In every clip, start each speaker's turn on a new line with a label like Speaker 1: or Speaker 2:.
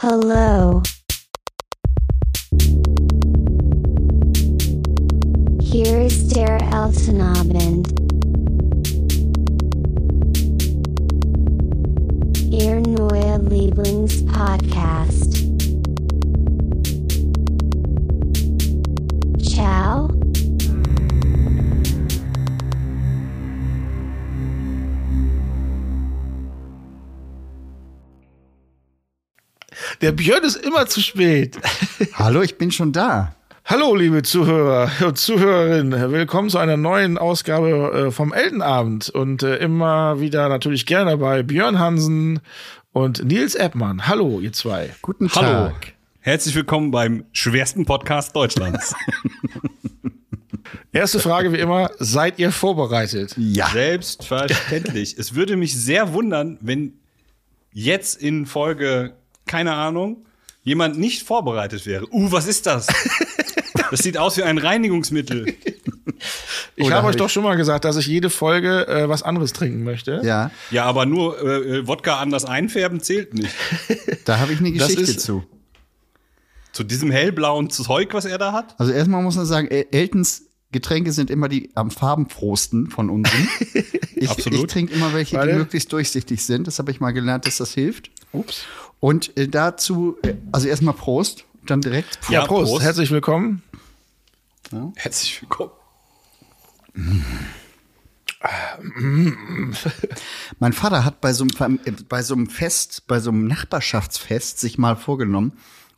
Speaker 1: Hello. Hier ist der Eltenabend. Ihr neuer Lieblingspodcast. Ciao.
Speaker 2: Der Björn ist immer zu spät.
Speaker 3: Hallo, ich bin schon da.
Speaker 2: Hallo, liebe Zuhörer und Zuhörerinnen. Willkommen zu einer neuen Ausgabe äh, vom Eltenabend. Und äh, immer wieder natürlich gerne bei Björn Hansen und Nils Eppmann. Hallo, ihr zwei.
Speaker 3: Guten
Speaker 4: Hallo.
Speaker 3: Tag.
Speaker 4: Herzlich willkommen beim schwersten Podcast Deutschlands.
Speaker 2: Erste Frage wie immer, seid ihr vorbereitet?
Speaker 3: Ja.
Speaker 4: Selbstverständlich. Es würde mich sehr wundern, wenn jetzt in Folge, keine Ahnung, jemand nicht vorbereitet wäre. Uh, was ist das? Das sieht aus wie ein Reinigungsmittel.
Speaker 2: Ich
Speaker 3: Oder
Speaker 2: habe
Speaker 3: hab
Speaker 2: euch
Speaker 3: ich-
Speaker 2: doch schon mal gesagt, dass ich jede Folge äh, was anderes trinken möchte.
Speaker 3: Ja,
Speaker 4: Ja, aber nur äh, äh, Wodka anders einfärben zählt nicht.
Speaker 3: da habe ich eine
Speaker 2: Das
Speaker 3: Geschichte
Speaker 2: ist-
Speaker 3: zu.
Speaker 4: Zu diesem hellblauen Zeug, was er da hat.
Speaker 3: Also erstmal muss man sagen, El- Eltons Getränke sind immer die am farbenfrohsten von unseren. ich
Speaker 4: Absolut.
Speaker 3: ich trinke immer welche,
Speaker 2: Warte.
Speaker 3: die möglichst durchsichtig sind. Das habe ich mal gelernt, dass das hilft.
Speaker 2: Ups.
Speaker 3: Und äh, dazu, äh, also erstmal Prost, dann direkt.
Speaker 2: Ja,
Speaker 4: Ja,
Speaker 2: Prost.
Speaker 4: Prost.
Speaker 2: Herzlich willkommen.
Speaker 4: Herzlich willkommen.
Speaker 3: Mein Vater hat bei so, einem, Fam- äh, bei so einem Fest, bei so einem Nachbarschaftsfest sich mal vorgenommen,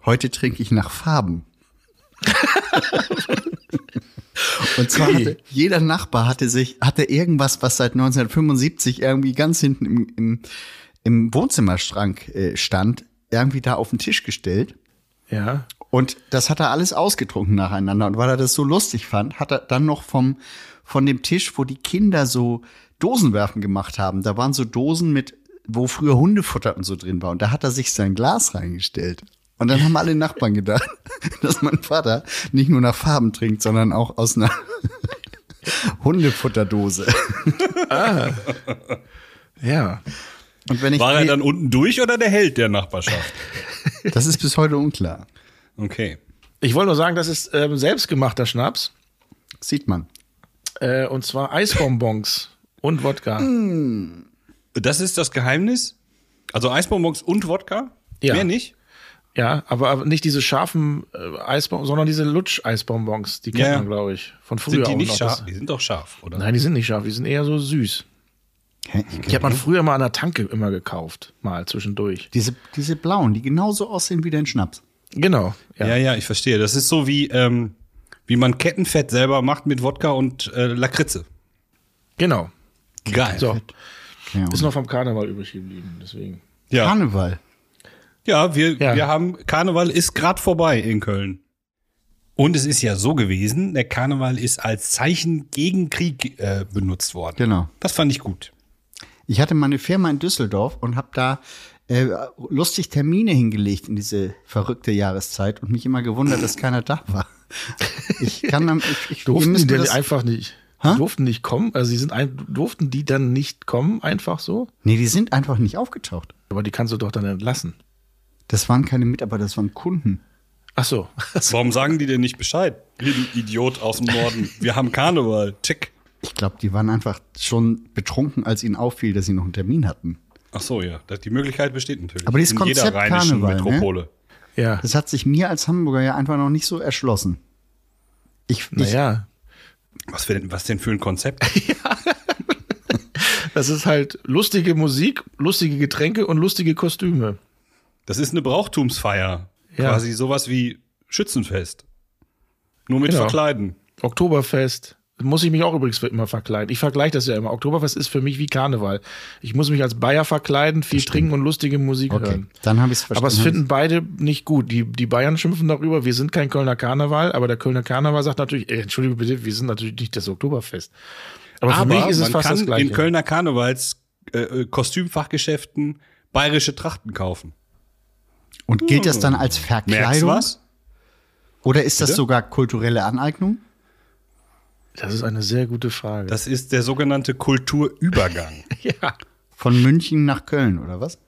Speaker 3: heute trinke ich nach Farben. Und zwar hatte, jeder Nachbar hatte sich, hatte irgendwas, was seit 1975 irgendwie ganz hinten im, im, im Wohnzimmerschrank äh, stand, irgendwie da auf den Tisch gestellt.
Speaker 2: Ja.
Speaker 3: Und das hat er alles ausgetrunken nacheinander. Und weil er das so lustig fand, hat er dann noch vom, von dem Tisch, wo die Kinder so Dosenwerfen gemacht haben, da waren so Dosen mit, wo früher Hundefutter und so drin war. Und da hat er sich sein Glas reingestellt. Und dann haben alle Nachbarn gedacht, dass mein Vater nicht nur nach Farben trinkt, sondern auch aus einer Hundefutterdose.
Speaker 2: Ja.
Speaker 3: Und wenn ich,
Speaker 4: War er dann unten durch oder der Held der Nachbarschaft?
Speaker 3: das ist bis heute unklar.
Speaker 4: Okay.
Speaker 2: Ich wollte nur sagen, das ist ähm, selbstgemachter Schnaps.
Speaker 3: Sieht man.
Speaker 2: Äh, und zwar Eisbonbons und Wodka.
Speaker 4: Das ist das Geheimnis? Also Eisbonbons und Wodka?
Speaker 2: Ja.
Speaker 4: Mehr nicht?
Speaker 2: Ja, aber, aber nicht diese scharfen äh, Eisbonbons, sondern diese Lutsch-Eisbonbons. Die kennt
Speaker 4: Ja, ja.
Speaker 2: man, glaube ich, von früher
Speaker 4: Sind die
Speaker 2: auch
Speaker 4: nicht
Speaker 2: noch.
Speaker 4: scharf?
Speaker 2: Das-
Speaker 4: Die sind doch scharf, oder?
Speaker 2: Nein, die sind nicht scharf, die sind eher so süß. Die hat man
Speaker 4: Mhm.
Speaker 2: früher mal an der Tanke immer gekauft, mal zwischendurch.
Speaker 3: Diese, diese blauen, die genauso aussehen wie dein Schnaps.
Speaker 2: Genau. Ja.
Speaker 4: Ja, ja, ich verstehe. Das ist so wie, ähm, wie man Kettenfett selber macht mit Wodka und äh, Lakritze.
Speaker 2: Genau.
Speaker 4: Geil.
Speaker 2: So,
Speaker 3: Ja,
Speaker 2: ist noch vom Karneval übrig geblieben, deswegen.
Speaker 4: Ja,
Speaker 3: Karneval.
Speaker 4: ja, wir,
Speaker 2: Ja.
Speaker 4: wir haben, Karneval ist gerade vorbei in Köln. Und es ist ja so gewesen, der Karneval ist als Zeichen gegen Krieg äh, benutzt worden.
Speaker 3: Genau.
Speaker 4: Das fand ich gut.
Speaker 3: Ich hatte mal eine Firma in Düsseldorf und habe da äh, lustig Termine hingelegt in diese verrückte Jahreszeit und mich immer gewundert, dass keiner da war. Ich kann am, ich, ich, ihr
Speaker 2: Durften die
Speaker 3: müsst mir
Speaker 2: denn
Speaker 3: das,
Speaker 2: einfach nicht?
Speaker 3: Hä?
Speaker 2: Die Durften nicht kommen? Also sie sind ein, durften die dann nicht kommen, einfach so?
Speaker 3: nee, die sind einfach nicht aufgetaucht.
Speaker 2: Aber die kannst du doch dann entlassen.
Speaker 3: Das waren keine Mitarbeiter, das waren Kunden.
Speaker 2: Ach so.
Speaker 4: Warum sagen die denn nicht Bescheid? Ihr Idiot aus dem Norden. Wir haben Karneval. Check.
Speaker 3: Ich glaube, die waren einfach schon betrunken, als ihnen auffiel, dass sie noch einen Termin hatten.
Speaker 4: Ach so, ja. Das- Die Möglichkeit besteht natürlich.
Speaker 3: Aber dieses Konzept Karneval, ne?
Speaker 2: Ja.
Speaker 3: Das hat sich mir als Hamburger ja einfach noch nicht so erschlossen. Ich, ich
Speaker 2: Naja.
Speaker 4: Was, für, denn- was denn für ein Konzept?
Speaker 2: Das ist halt lustige Musik, lustige Getränke und lustige Kostüme.
Speaker 4: Das ist eine Brauchtumsfeier.
Speaker 2: Ja.
Speaker 4: Quasi sowas wie Schützenfest. Nur mit
Speaker 2: Genau.
Speaker 4: Verkleiden.
Speaker 2: Oktoberfest. Muss ich mich auch übrigens für immer verkleiden. Ich vergleiche das ja immer. Oktoberfest ist für mich wie Karneval. Ich muss mich als Bayer verkleiden, viel trinken und lustige Musik
Speaker 3: okay,
Speaker 2: hören.
Speaker 3: dann habe ich es verstanden.
Speaker 4: Mhm.
Speaker 2: Aber es finden beide nicht gut. Die, die Bayern schimpfen darüber, wir sind kein Kölner Karneval, aber der Kölner Karneval sagt natürlich, äh, entschuldige bitte, wir sind natürlich nicht das Oktoberfest. Aber für mich ist es
Speaker 4: man
Speaker 2: fast das
Speaker 4: kann
Speaker 2: Gleiche.
Speaker 4: in Kölner Karnevals äh, äh, Kostümfachgeschäften bayerische Trachten kaufen.
Speaker 3: und gilt
Speaker 2: Oh.
Speaker 3: das dann als
Speaker 4: Merkst du
Speaker 3: Verkleidung?
Speaker 4: was?
Speaker 3: Oder ist das
Speaker 4: Bitte?
Speaker 3: sogar kulturelle Aneignung?
Speaker 2: Das ist eine sehr gute Frage.
Speaker 4: Das ist der sogenannte Kulturübergang.
Speaker 2: ja.
Speaker 3: Von München nach Köln, oder was?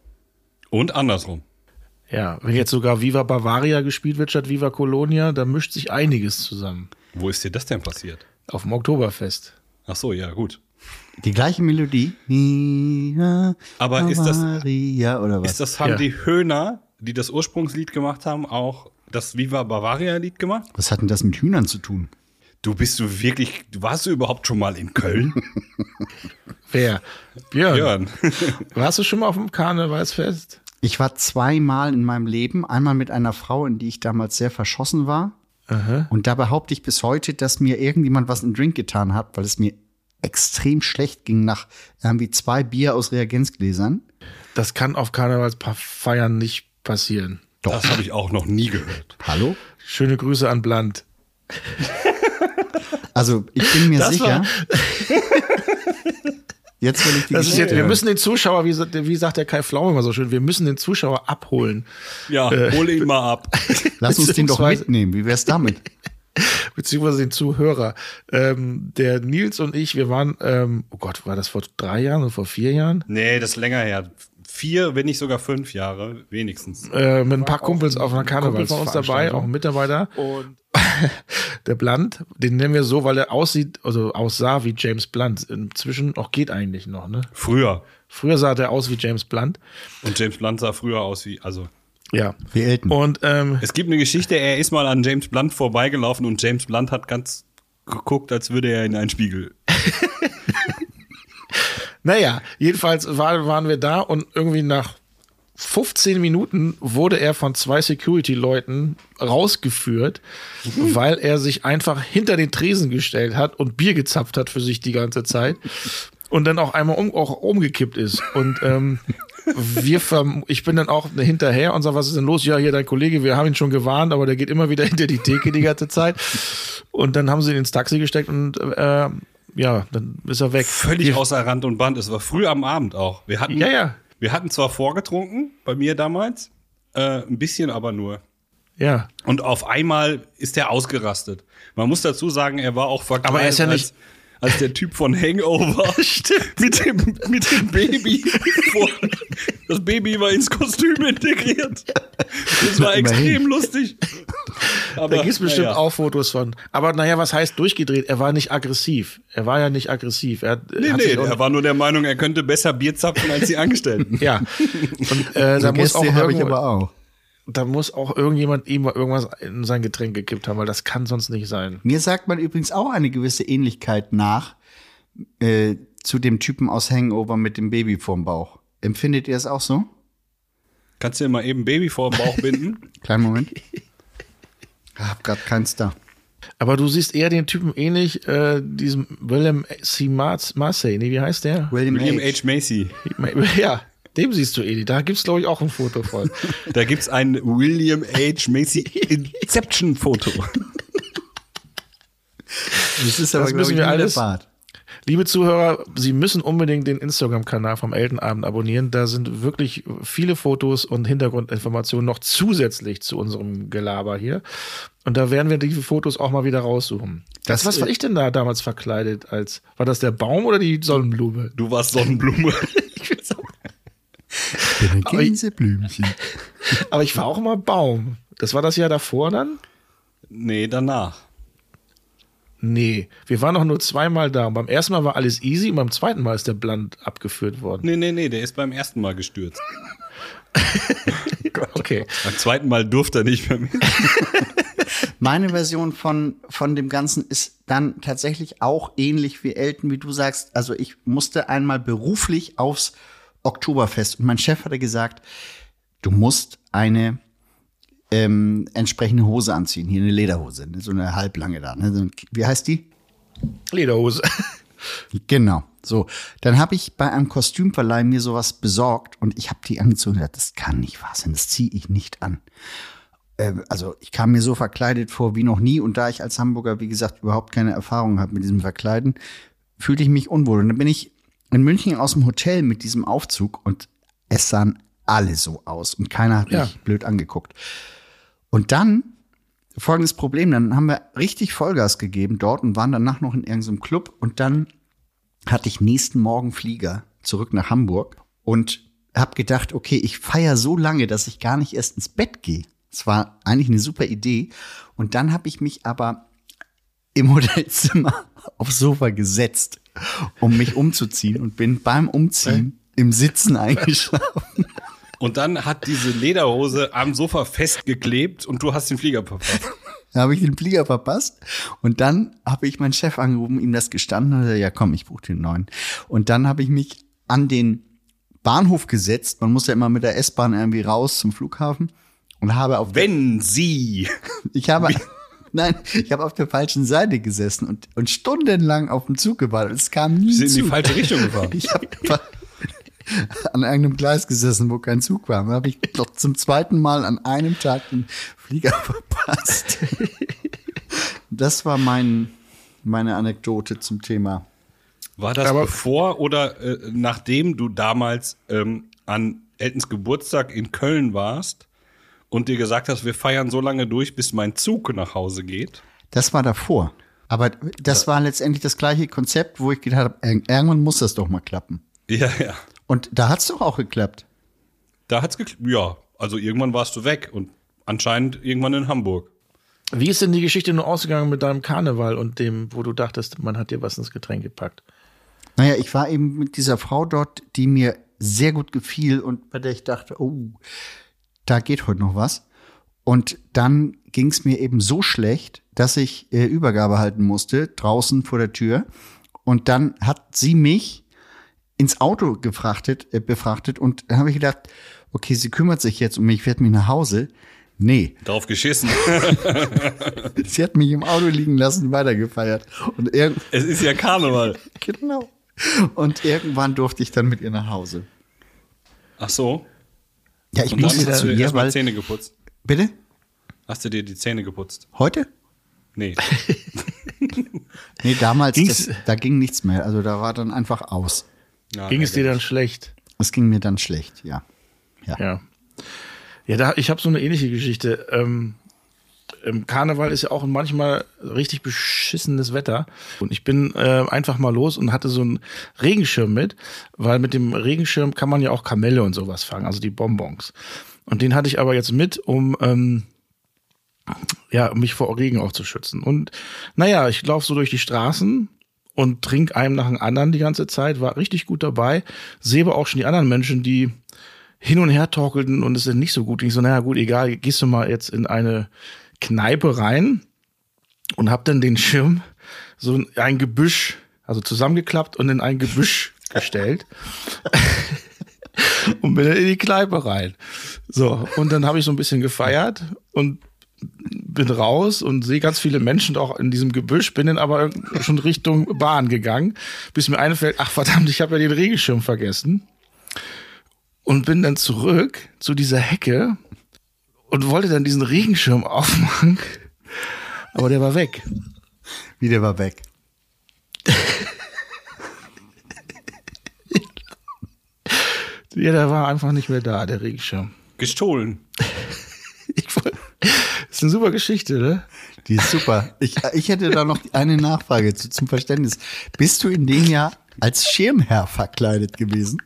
Speaker 4: Und andersrum.
Speaker 2: Ja, wenn jetzt sogar Viva Bavaria gespielt wird statt Viva Colonia, da mischt sich einiges zusammen.
Speaker 4: Wo ist dir das denn passiert?
Speaker 2: Auf dem Oktoberfest.
Speaker 4: Ach so, ja, gut.
Speaker 3: Die gleiche Melodie. Nina,
Speaker 4: Aber ist das-
Speaker 3: Maria, oder was?
Speaker 4: Ist das, haben
Speaker 2: Ja.
Speaker 4: die Höhner, die das Ursprungslied gemacht haben, auch das Viva Bavaria-Lied gemacht?
Speaker 3: was hat denn das mit Hühnern zu tun?
Speaker 4: Du bist du wirklich, du warst du überhaupt schon mal in Köln?
Speaker 2: Wer? Björn.
Speaker 4: Björn.
Speaker 2: Warst du schon mal auf dem Karnevalsfest?
Speaker 3: Ich war zweimal in meinem Leben, einmal mit einer Frau, in die ich damals sehr verschossen war. Und da behaupte ich bis heute, dass mir irgendjemand was in den Drink getan hat, weil es mir extrem schlecht ging nach irgendwie zwei Bier aus Reagenzgläsern.
Speaker 2: Das kann auf Karnevalsfeiern nicht passieren.
Speaker 4: Das habe ich auch noch nie gehört.
Speaker 3: Hallo?
Speaker 2: Schöne Grüße an Bland.
Speaker 3: Also ich bin mir
Speaker 2: Das
Speaker 3: sicher.
Speaker 2: war-
Speaker 3: jetzt will ich die
Speaker 2: Das ist
Speaker 3: Geschichte
Speaker 2: jetzt, wir
Speaker 3: hören.
Speaker 2: müssen den Zuschauer, wie, sa- wie sagt der Kai Pflaume immer so schön, wir müssen den Zuschauer abholen.
Speaker 4: Ja,
Speaker 2: Äh,
Speaker 4: hole ihn mal ab.
Speaker 3: Lass uns den doch
Speaker 2: beziehungsweise-
Speaker 3: mitnehmen. Wie wär's damit?
Speaker 2: beziehungsweise den Zuhörer. Ähm, der Nils und ich, wir waren, ähm, oh Gott, war das vor drei Jahren oder vor vier Jahren?
Speaker 4: Nee, das ist länger her. Vier, wenn nicht sogar fünf Jahre, wenigstens.
Speaker 2: Äh, mit ein paar Kumpels auf einer Karneval bei uns dabei, auch ein Mitarbeiter. der Blunt, den nennen wir so, weil er aussieht, also aussah wie James Blunt. Inzwischen auch geht eigentlich noch, ne?
Speaker 4: Früher.
Speaker 2: Früher sah der aus wie James Blunt.
Speaker 4: Und James Blunt sah früher aus wie, also.
Speaker 2: Ja.
Speaker 3: Wir Elten.
Speaker 2: Und ähm,
Speaker 4: Es gibt eine Geschichte, er ist mal an James Blunt vorbeigelaufen und James Blunt hat ganz geguckt, als würde er in einen Spiegel.
Speaker 2: Naja, jedenfalls war, waren wir da und irgendwie nach 15 Minuten wurde er von zwei Security-Leuten rausgeführt, weil er sich einfach hinter den Tresen gestellt hat und Bier gezapft hat für sich die ganze Zeit und dann auch einmal um, auch umgekippt ist. Und ähm, wir verm ich bin dann auch hinterher und sag, was ist denn los? Ja, hier dein Kollege, wir haben ihn schon gewarnt, aber der geht immer wieder hinter die Theke die ganze Zeit. Und dann haben sie ihn ins Taxi gesteckt und äh, ja, dann ist er weg.
Speaker 4: Völlig außer Rand und Band. Es war früh am Abend auch. Wir hatten,
Speaker 2: Ja, ja.
Speaker 4: Wir hatten zwar vorgetrunken, bei mir damals, äh, ein bisschen aber nur.
Speaker 2: Ja.
Speaker 4: Und auf einmal ist er ausgerastet. Man muss dazu sagen, er war auch verkleidet
Speaker 2: Aber er ist ja nicht-
Speaker 4: als, als der Typ von Hangover mit dem, mit dem Baby. vor- Das Baby war ins Kostüm integriert. Das war
Speaker 3: Immerhin.
Speaker 4: extrem lustig. Aber,
Speaker 2: Da gibt es bestimmt
Speaker 4: naja.
Speaker 2: auch Fotos von. Aber naja, was heißt durchgedreht? Er war nicht aggressiv. Er war ja nicht aggressiv. Er hat,
Speaker 4: Nee,
Speaker 2: hat
Speaker 4: nee,
Speaker 2: sich auch-
Speaker 4: er war nur der Meinung, er könnte besser Bier zapfen als die Angestellten.
Speaker 2: ja. Und äh, da,
Speaker 3: so
Speaker 2: muss auch
Speaker 3: Gäste habe ich
Speaker 2: irgendwo,
Speaker 3: aber Also auch.
Speaker 2: da muss auch irgendjemand ihm mal irgendwas in sein Getränk gekippt haben, weil das kann sonst nicht sein.
Speaker 3: Mir sagt man übrigens auch eine gewisse Ähnlichkeit nach äh, zu dem Typen aus Hangover mit dem Baby vorm Bauch. Empfindet ihr es auch so?
Speaker 4: Kannst du dir mal eben Baby vor den Bauch binden?
Speaker 3: Kleinen Moment. Ich hab grad keins da.
Speaker 2: Aber du siehst eher den Typen ähnlich, äh, diesem Willem C. Mas- Marseille. Nee, wie heißt der?
Speaker 3: William,
Speaker 4: William
Speaker 3: H.
Speaker 4: H. Macy.
Speaker 2: Ja, dem siehst du ähnlich. Da gibt's glaube ich, auch ein Foto von.
Speaker 4: Da gibt es ein William H. Macy Inception-Foto.
Speaker 3: Das ist aber,
Speaker 2: Das
Speaker 3: glaub
Speaker 2: müssen
Speaker 3: ich,
Speaker 2: wir
Speaker 3: nur der
Speaker 2: alles-
Speaker 3: Bart.
Speaker 2: Liebe Zuhörer, Sie müssen unbedingt den Instagram-Kanal vom Eltenabend abonnieren. Da sind wirklich viele Fotos und Hintergrundinformationen noch zusätzlich zu unserem Gelaber hier. Und da werden wir die Fotos auch mal wieder raussuchen. Das,
Speaker 3: Das,
Speaker 2: was war
Speaker 3: äh,
Speaker 2: ich denn da damals verkleidet als? War das der Baum oder die Sonnenblume?
Speaker 4: Du warst Sonnenblume.
Speaker 3: Ein Gänseblümchen.
Speaker 2: Aber ich war auch immer Baum. Das war das Jahr davor dann?
Speaker 4: nee, danach.
Speaker 2: Nee, wir waren doch nur zweimal da. Und beim ersten Mal war alles easy und beim zweiten Mal ist der Blunt abgeführt worden.
Speaker 4: Nee, nee, nee, der ist beim ersten Mal gestürzt.
Speaker 2: Oh Okay.
Speaker 4: Beim zweiten Mal durfte er nicht mehr mit.
Speaker 3: Meine Version von, von dem Ganzen ist dann tatsächlich auch ähnlich wie Elton, wie du sagst. Also ich musste einmal beruflich aufs Oktoberfest und mein Chef hatte gesagt, du musst eine ähm, entsprechende Hose anziehen, hier eine Lederhose, ne, so eine halblange da. Ne, so ein, wie heißt die?
Speaker 2: Lederhose.
Speaker 3: Genau. So, dann habe ich bei einem Kostümverleih mir sowas besorgt und ich habe die angezogen und gesagt, das kann nicht wahr sein, das ziehe ich nicht an. Ähm, Also ich kam mir so verkleidet vor wie noch nie und da ich als Hamburger, wie gesagt, überhaupt keine Erfahrung habe mit diesem Verkleiden, fühlte ich mich unwohl. Und dann bin ich in München aus dem Hotel mit diesem Aufzug und es sahen alle so aus und keiner hat
Speaker 2: Ja.
Speaker 3: mich blöd angeguckt. Und dann folgendes Problem, dann haben wir richtig Vollgas gegeben dort und waren danach noch in irgendeinem Club und dann hatte ich nächsten Morgen Flieger zurück nach Hamburg und habe gedacht, okay, ich feier so lange, dass ich gar nicht erst ins Bett gehe. Es war eigentlich eine super Idee. Und dann habe ich mich aber im Hotelzimmer aufs Sofa gesetzt, um mich umzuziehen und bin beim Umziehen im Sitzen eingeschlafen.
Speaker 4: Und dann hat diese Lederhose am Sofa festgeklebt und du hast den Flieger verpasst.
Speaker 3: Da habe ich den Flieger verpasst. Und dann habe ich meinen Chef angerufen, ihm das gestanden und er gesagt, ja komm, ich buche den neuen. Und dann habe ich mich an den Bahnhof gesetzt. Man muss ja immer mit der S-Bahn irgendwie raus zum Flughafen. Und habe auf,
Speaker 4: Wenn sie.
Speaker 3: ich habe, nein, ich habe auf der falschen Seite gesessen und, und stundenlang auf den Zug gewartet. Es kam nie
Speaker 4: Sie sind in
Speaker 3: Zug.
Speaker 4: die falsche Richtung gefahren.
Speaker 3: Ich habe an einem Gleis gesessen, wo kein Zug war. Da habe ich doch zum zweiten Mal an einem Tag den Flieger verpasst. Das war mein, meine Anekdote zum Thema.
Speaker 4: War das
Speaker 2: Aber-
Speaker 4: bevor oder äh, nachdem du damals ähm, an Eltons Geburtstag in Köln warst und dir gesagt hast, wir feiern so lange durch, bis mein Zug nach Hause geht?
Speaker 3: Das war davor. Aber das war letztendlich das gleiche Konzept, wo ich gedacht habe, irg- irgendwann muss das doch mal klappen.
Speaker 4: Ja, ja.
Speaker 3: Und da hat es doch auch geklappt.
Speaker 4: Da hat's geklappt. Ja, also irgendwann warst du weg und anscheinend irgendwann in Hamburg.
Speaker 2: Wie ist denn die Geschichte nur ausgegangen mit deinem Karneval und dem, wo du dachtest, man hat dir was ins Getränk gepackt?
Speaker 3: Naja, ich war eben mit dieser Frau dort, die mir sehr gut gefiel und bei der ich dachte, oh, da geht heute noch was. Und dann ging es mir eben so schlecht, dass ich äh, Übergabe halten musste, draußen vor der Tür. Und dann hat sie mich ins Auto gefrachtet, äh, befrachtet und dann habe ich gedacht, okay, sie kümmert sich jetzt um mich, fährt mich nach Hause. Nee,
Speaker 4: Drauf geschissen.
Speaker 3: sie hat mich im Auto liegen lassen, weitergefeiert. Und, irg
Speaker 4: es ist ja Karneval.
Speaker 3: genau. und irgendwann durfte ich dann mit ihr nach Hause.
Speaker 4: Ach so.
Speaker 3: Ja, ich
Speaker 4: Und dann
Speaker 3: musste
Speaker 4: hast
Speaker 3: zu
Speaker 4: du
Speaker 3: ihr,
Speaker 4: erstmal
Speaker 3: weil.
Speaker 4: Zähne geputzt.
Speaker 3: Bitte?
Speaker 4: Hast du dir die Zähne geputzt?
Speaker 3: Heute?
Speaker 4: Nee.
Speaker 3: Nee, damals,
Speaker 2: Ging's-
Speaker 3: das, da ging nichts mehr. Also da war dann einfach aus.
Speaker 4: Ah, Ja,
Speaker 2: Ging es dir
Speaker 4: ärgerlich.
Speaker 2: dann schlecht?
Speaker 3: Es ging mir dann schlecht, ja.
Speaker 2: Ja. Ja, da, ich habe so eine ähnliche Geschichte. Ähm, ähm, Karneval ist ja auch manchmal richtig beschissenes Wetter. Und ich bin äh, einfach mal los und hatte so einen Regenschirm mit, weil mit dem Regenschirm kann man ja auch Kamelle und sowas fangen, also die Bonbons. Und den hatte ich aber jetzt mit, um ähm, ja, um mich vor Regen auch zu schützen. Und naja, ich laufe so durch die Straßen und trink einem nach dem anderen die ganze Zeit, war richtig gut dabei, sehe aber auch schon die anderen Menschen, die hin und her torkelten und es ist nicht so gut. ging. Ich so, naja, gut, egal, gehst du mal jetzt in eine Kneipe rein und hab dann den Schirm so in ein Gebüsch, also zusammengeklappt und in ein Gebüsch gestellt. und bin dann in die Kneipe rein. So, und dann habe ich so ein bisschen gefeiert und bin raus und sehe ganz viele Menschen auch in diesem Gebüsch, bin dann aber irgend- schon Richtung Bahn gegangen, bis mir einfällt, ach verdammt, ich habe ja den Regenschirm vergessen und bin dann zurück zu dieser Hecke und wollte dann diesen Regenschirm aufmachen, aber der war weg.
Speaker 3: Wie der war weg.
Speaker 2: Ja, der war einfach nicht mehr da, der Regenschirm.
Speaker 4: Gestohlen.
Speaker 2: Ich woll- ist eine super Geschichte, ne?
Speaker 3: Die ist super. Ich, ich hätte da noch eine Nachfrage zu, zum Verständnis. Bist du in dem Jahr als Schirmherr verkleidet gewesen?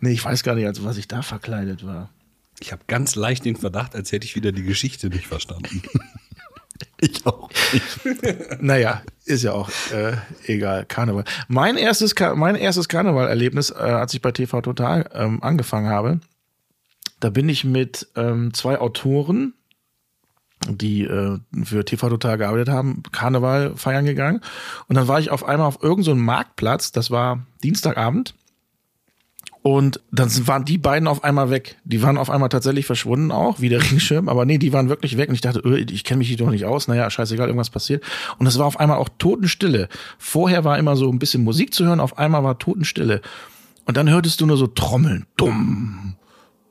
Speaker 2: Nee, ich weiß gar nicht, als was ich da verkleidet war.
Speaker 4: Ich habe ganz leicht den Verdacht, als hätte ich wieder die Geschichte nicht verstanden.
Speaker 3: Ich auch.
Speaker 2: Naja, ist ja auch äh, egal, Karneval. Mein erstes, Ka mein erstes Karnevalerlebnis, äh, als ich bei TV Total ähm, angefangen habe, da bin ich mit ähm, zwei Autoren, die äh, für TV Total gearbeitet haben, Karneval feiern gegangen. Und dann war ich auf einmal auf irgendeinem so einem Marktplatz, das war Dienstagabend. Und dann sind- waren die beiden auf einmal weg. Die waren auf einmal tatsächlich verschwunden auch, wie der Regenschirm. Aber nee, die waren wirklich weg. Und ich dachte, öh, ich kenne mich hier doch nicht aus. Naja, scheißegal, irgendwas passiert. Und es war auf einmal auch Totenstille. Vorher war immer so ein bisschen Musik zu hören, auf einmal war Totenstille. Und dann hörtest du nur so Trommeln. Dumm,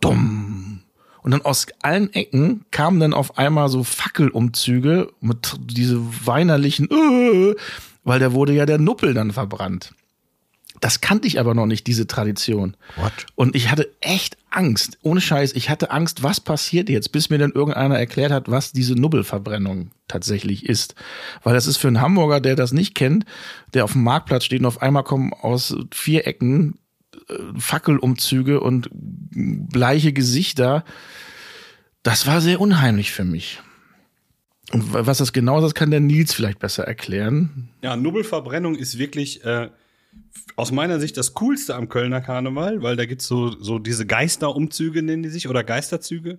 Speaker 2: dumm. Und dann aus allen Ecken kamen dann auf einmal so Fackelumzüge mit diese weinerlichen, äh, weil da wurde ja der Nuppel dann verbrannt. Das kannte ich aber noch nicht, diese Tradition.
Speaker 3: What?
Speaker 2: Und ich hatte echt Angst, ohne Scheiß, ich hatte Angst, was passiert jetzt, bis mir dann irgendeiner erklärt hat, was diese Nubbelverbrennung tatsächlich ist. Weil das ist für einen Hamburger, der das nicht kennt, der auf dem Marktplatz steht und auf einmal kommen aus vier Ecken äh, Fackelumzüge und bleiche Gesichter. Das war sehr unheimlich für mich. Und wa- was das genau ist, das kann der Nils vielleicht besser erklären.
Speaker 4: Ja, Nubbelverbrennung ist wirklich äh, aus meiner Sicht das Coolste am Kölner Karneval, weil da gibt's so, so diese Geisterumzüge, nennen die sich, oder Geisterzüge,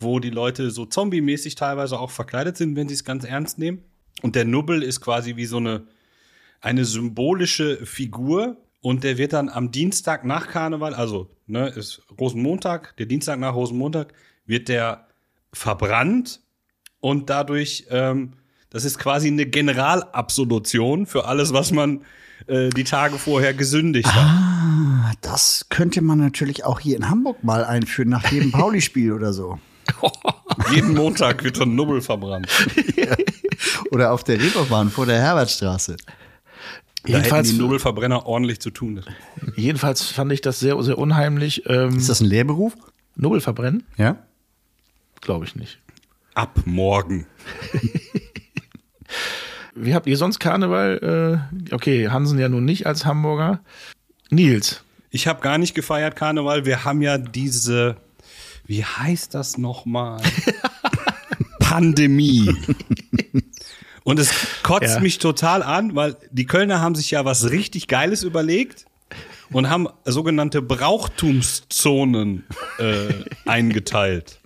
Speaker 4: wo die Leute so zombie-mäßig teilweise auch verkleidet sind, wenn sie es ganz ernst nehmen. Und der Nubbel ist quasi wie so eine, eine symbolische Figur und der wird dann am Dienstag nach Karneval, also ne, ist Rosenmontag, der Dienstag nach Rosenmontag, wird der verbrannt und dadurch, ähm, das ist quasi eine Generalabsolution für alles, was man äh, die Tage vorher gesündigt hat.
Speaker 3: Ah, Das könnte man natürlich auch hier in Hamburg mal einführen, nach jedem Pauli-Spiel oder so.
Speaker 4: Jeden Montag wird ein Nubbel verbrannt.
Speaker 3: Oder auf der Reeperbahn vor der Herbertstraße.
Speaker 4: Da hätten die
Speaker 2: Jedenfalls,
Speaker 4: Nubbelverbrenner ordentlich zu tun.
Speaker 2: jedenfalls fand ich das sehr, sehr unheimlich. Ähm,
Speaker 3: Ist das ein Lehrberuf?
Speaker 2: Nobel verbrennen?
Speaker 3: Ja.
Speaker 2: Glaube ich nicht.
Speaker 4: Ab morgen.
Speaker 2: Wie habt ihr sonst Karneval? Äh, okay, Hansen ja nun nicht als Hamburger. Nils.
Speaker 4: Ich habe gar nicht gefeiert Karneval. Wir haben ja diese, wie heißt das nochmal? Pandemie. Und es kotzt
Speaker 2: Ja.
Speaker 4: mich total an, weil die Kölner haben sich ja was richtig Geiles überlegt und haben sogenannte Brauchtumszonen äh, eingeteilt.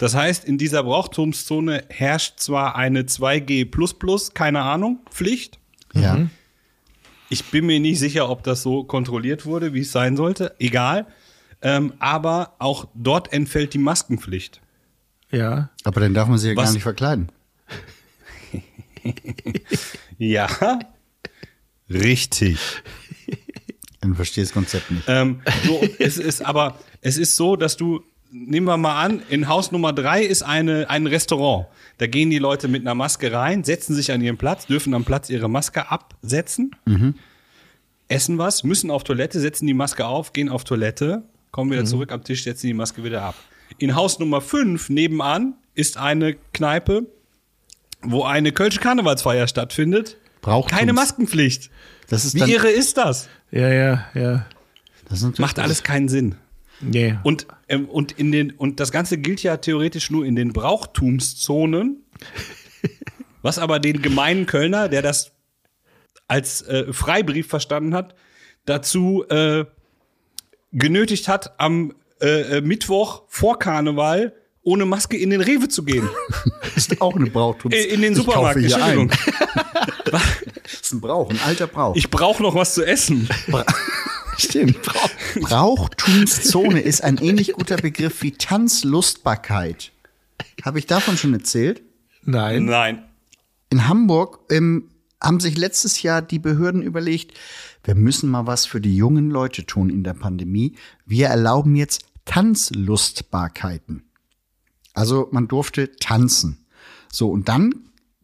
Speaker 4: Das heißt, in dieser Brauchtumszone herrscht zwar eine 2G, keine Ahnung, Pflicht,
Speaker 3: Ja.
Speaker 4: ich bin mir nicht sicher, ob das so kontrolliert wurde, wie es sein sollte. Egal. Ähm, aber auch dort entfällt die Maskenpflicht.
Speaker 2: Ja.
Speaker 3: Aber dann darf man sich ja
Speaker 4: Was-
Speaker 3: gar nicht verkleiden.
Speaker 4: Ja. Richtig.
Speaker 3: Dann verstehe das Konzept nicht.
Speaker 4: Ähm, so, es ist aber, es ist so, dass du, nehmen wir mal an, in Haus Nummer drei ist eine, ein Restaurant. Da gehen die Leute mit einer Maske rein, setzen sich an ihren Platz, dürfen am Platz ihre Maske absetzen, essen was, müssen auf Toilette, setzen die Maske auf, gehen auf Toilette, kommen
Speaker 3: Mhm.
Speaker 4: wieder zurück am Tisch, setzen die Maske wieder ab. In Haus Nummer fünf nebenan ist eine Kneipe, wo eine kölsche Karnevalsfeier stattfindet.
Speaker 3: Braucht
Speaker 4: Keine
Speaker 3: uns.
Speaker 4: Maskenpflicht.
Speaker 3: Das ist
Speaker 4: Wie
Speaker 3: dann,
Speaker 4: irre ist das?
Speaker 2: Ja, ja, ja.
Speaker 3: das ist natürlich-
Speaker 4: Macht alles keinen Sinn.
Speaker 2: Nee.
Speaker 4: Und, ähm, und, in den, und das Ganze gilt ja theoretisch nur in den Brauchtumszonen. Was aber den gemeinen Kölner, der das als äh, Freibrief verstanden hat, dazu äh, genötigt hat, am äh, äh, Mittwoch vor Karneval ohne Maske in den Rewe zu gehen.
Speaker 3: ist auch eine Brauchtums.
Speaker 4: Äh, in den Supermarkt,
Speaker 3: Ich kaufe hier ein.
Speaker 4: Entschuldigung.
Speaker 3: Das ist ein Brauch, ein alter Brauch.
Speaker 4: Ich brauche noch was zu essen.
Speaker 3: Stimmt. Brauchtumszone ist ein ähnlich guter Begriff wie Tanzlustbarkeit. Habe ich davon schon erzählt?
Speaker 2: Nein.
Speaker 4: Nein.
Speaker 3: In Hamburg ähm, haben sich letztes Jahr die Behörden überlegt, wir müssen mal was für die jungen Leute tun in der Pandemie. Wir erlauben jetzt Tanzlustbarkeiten. Also man durfte tanzen. So, und dann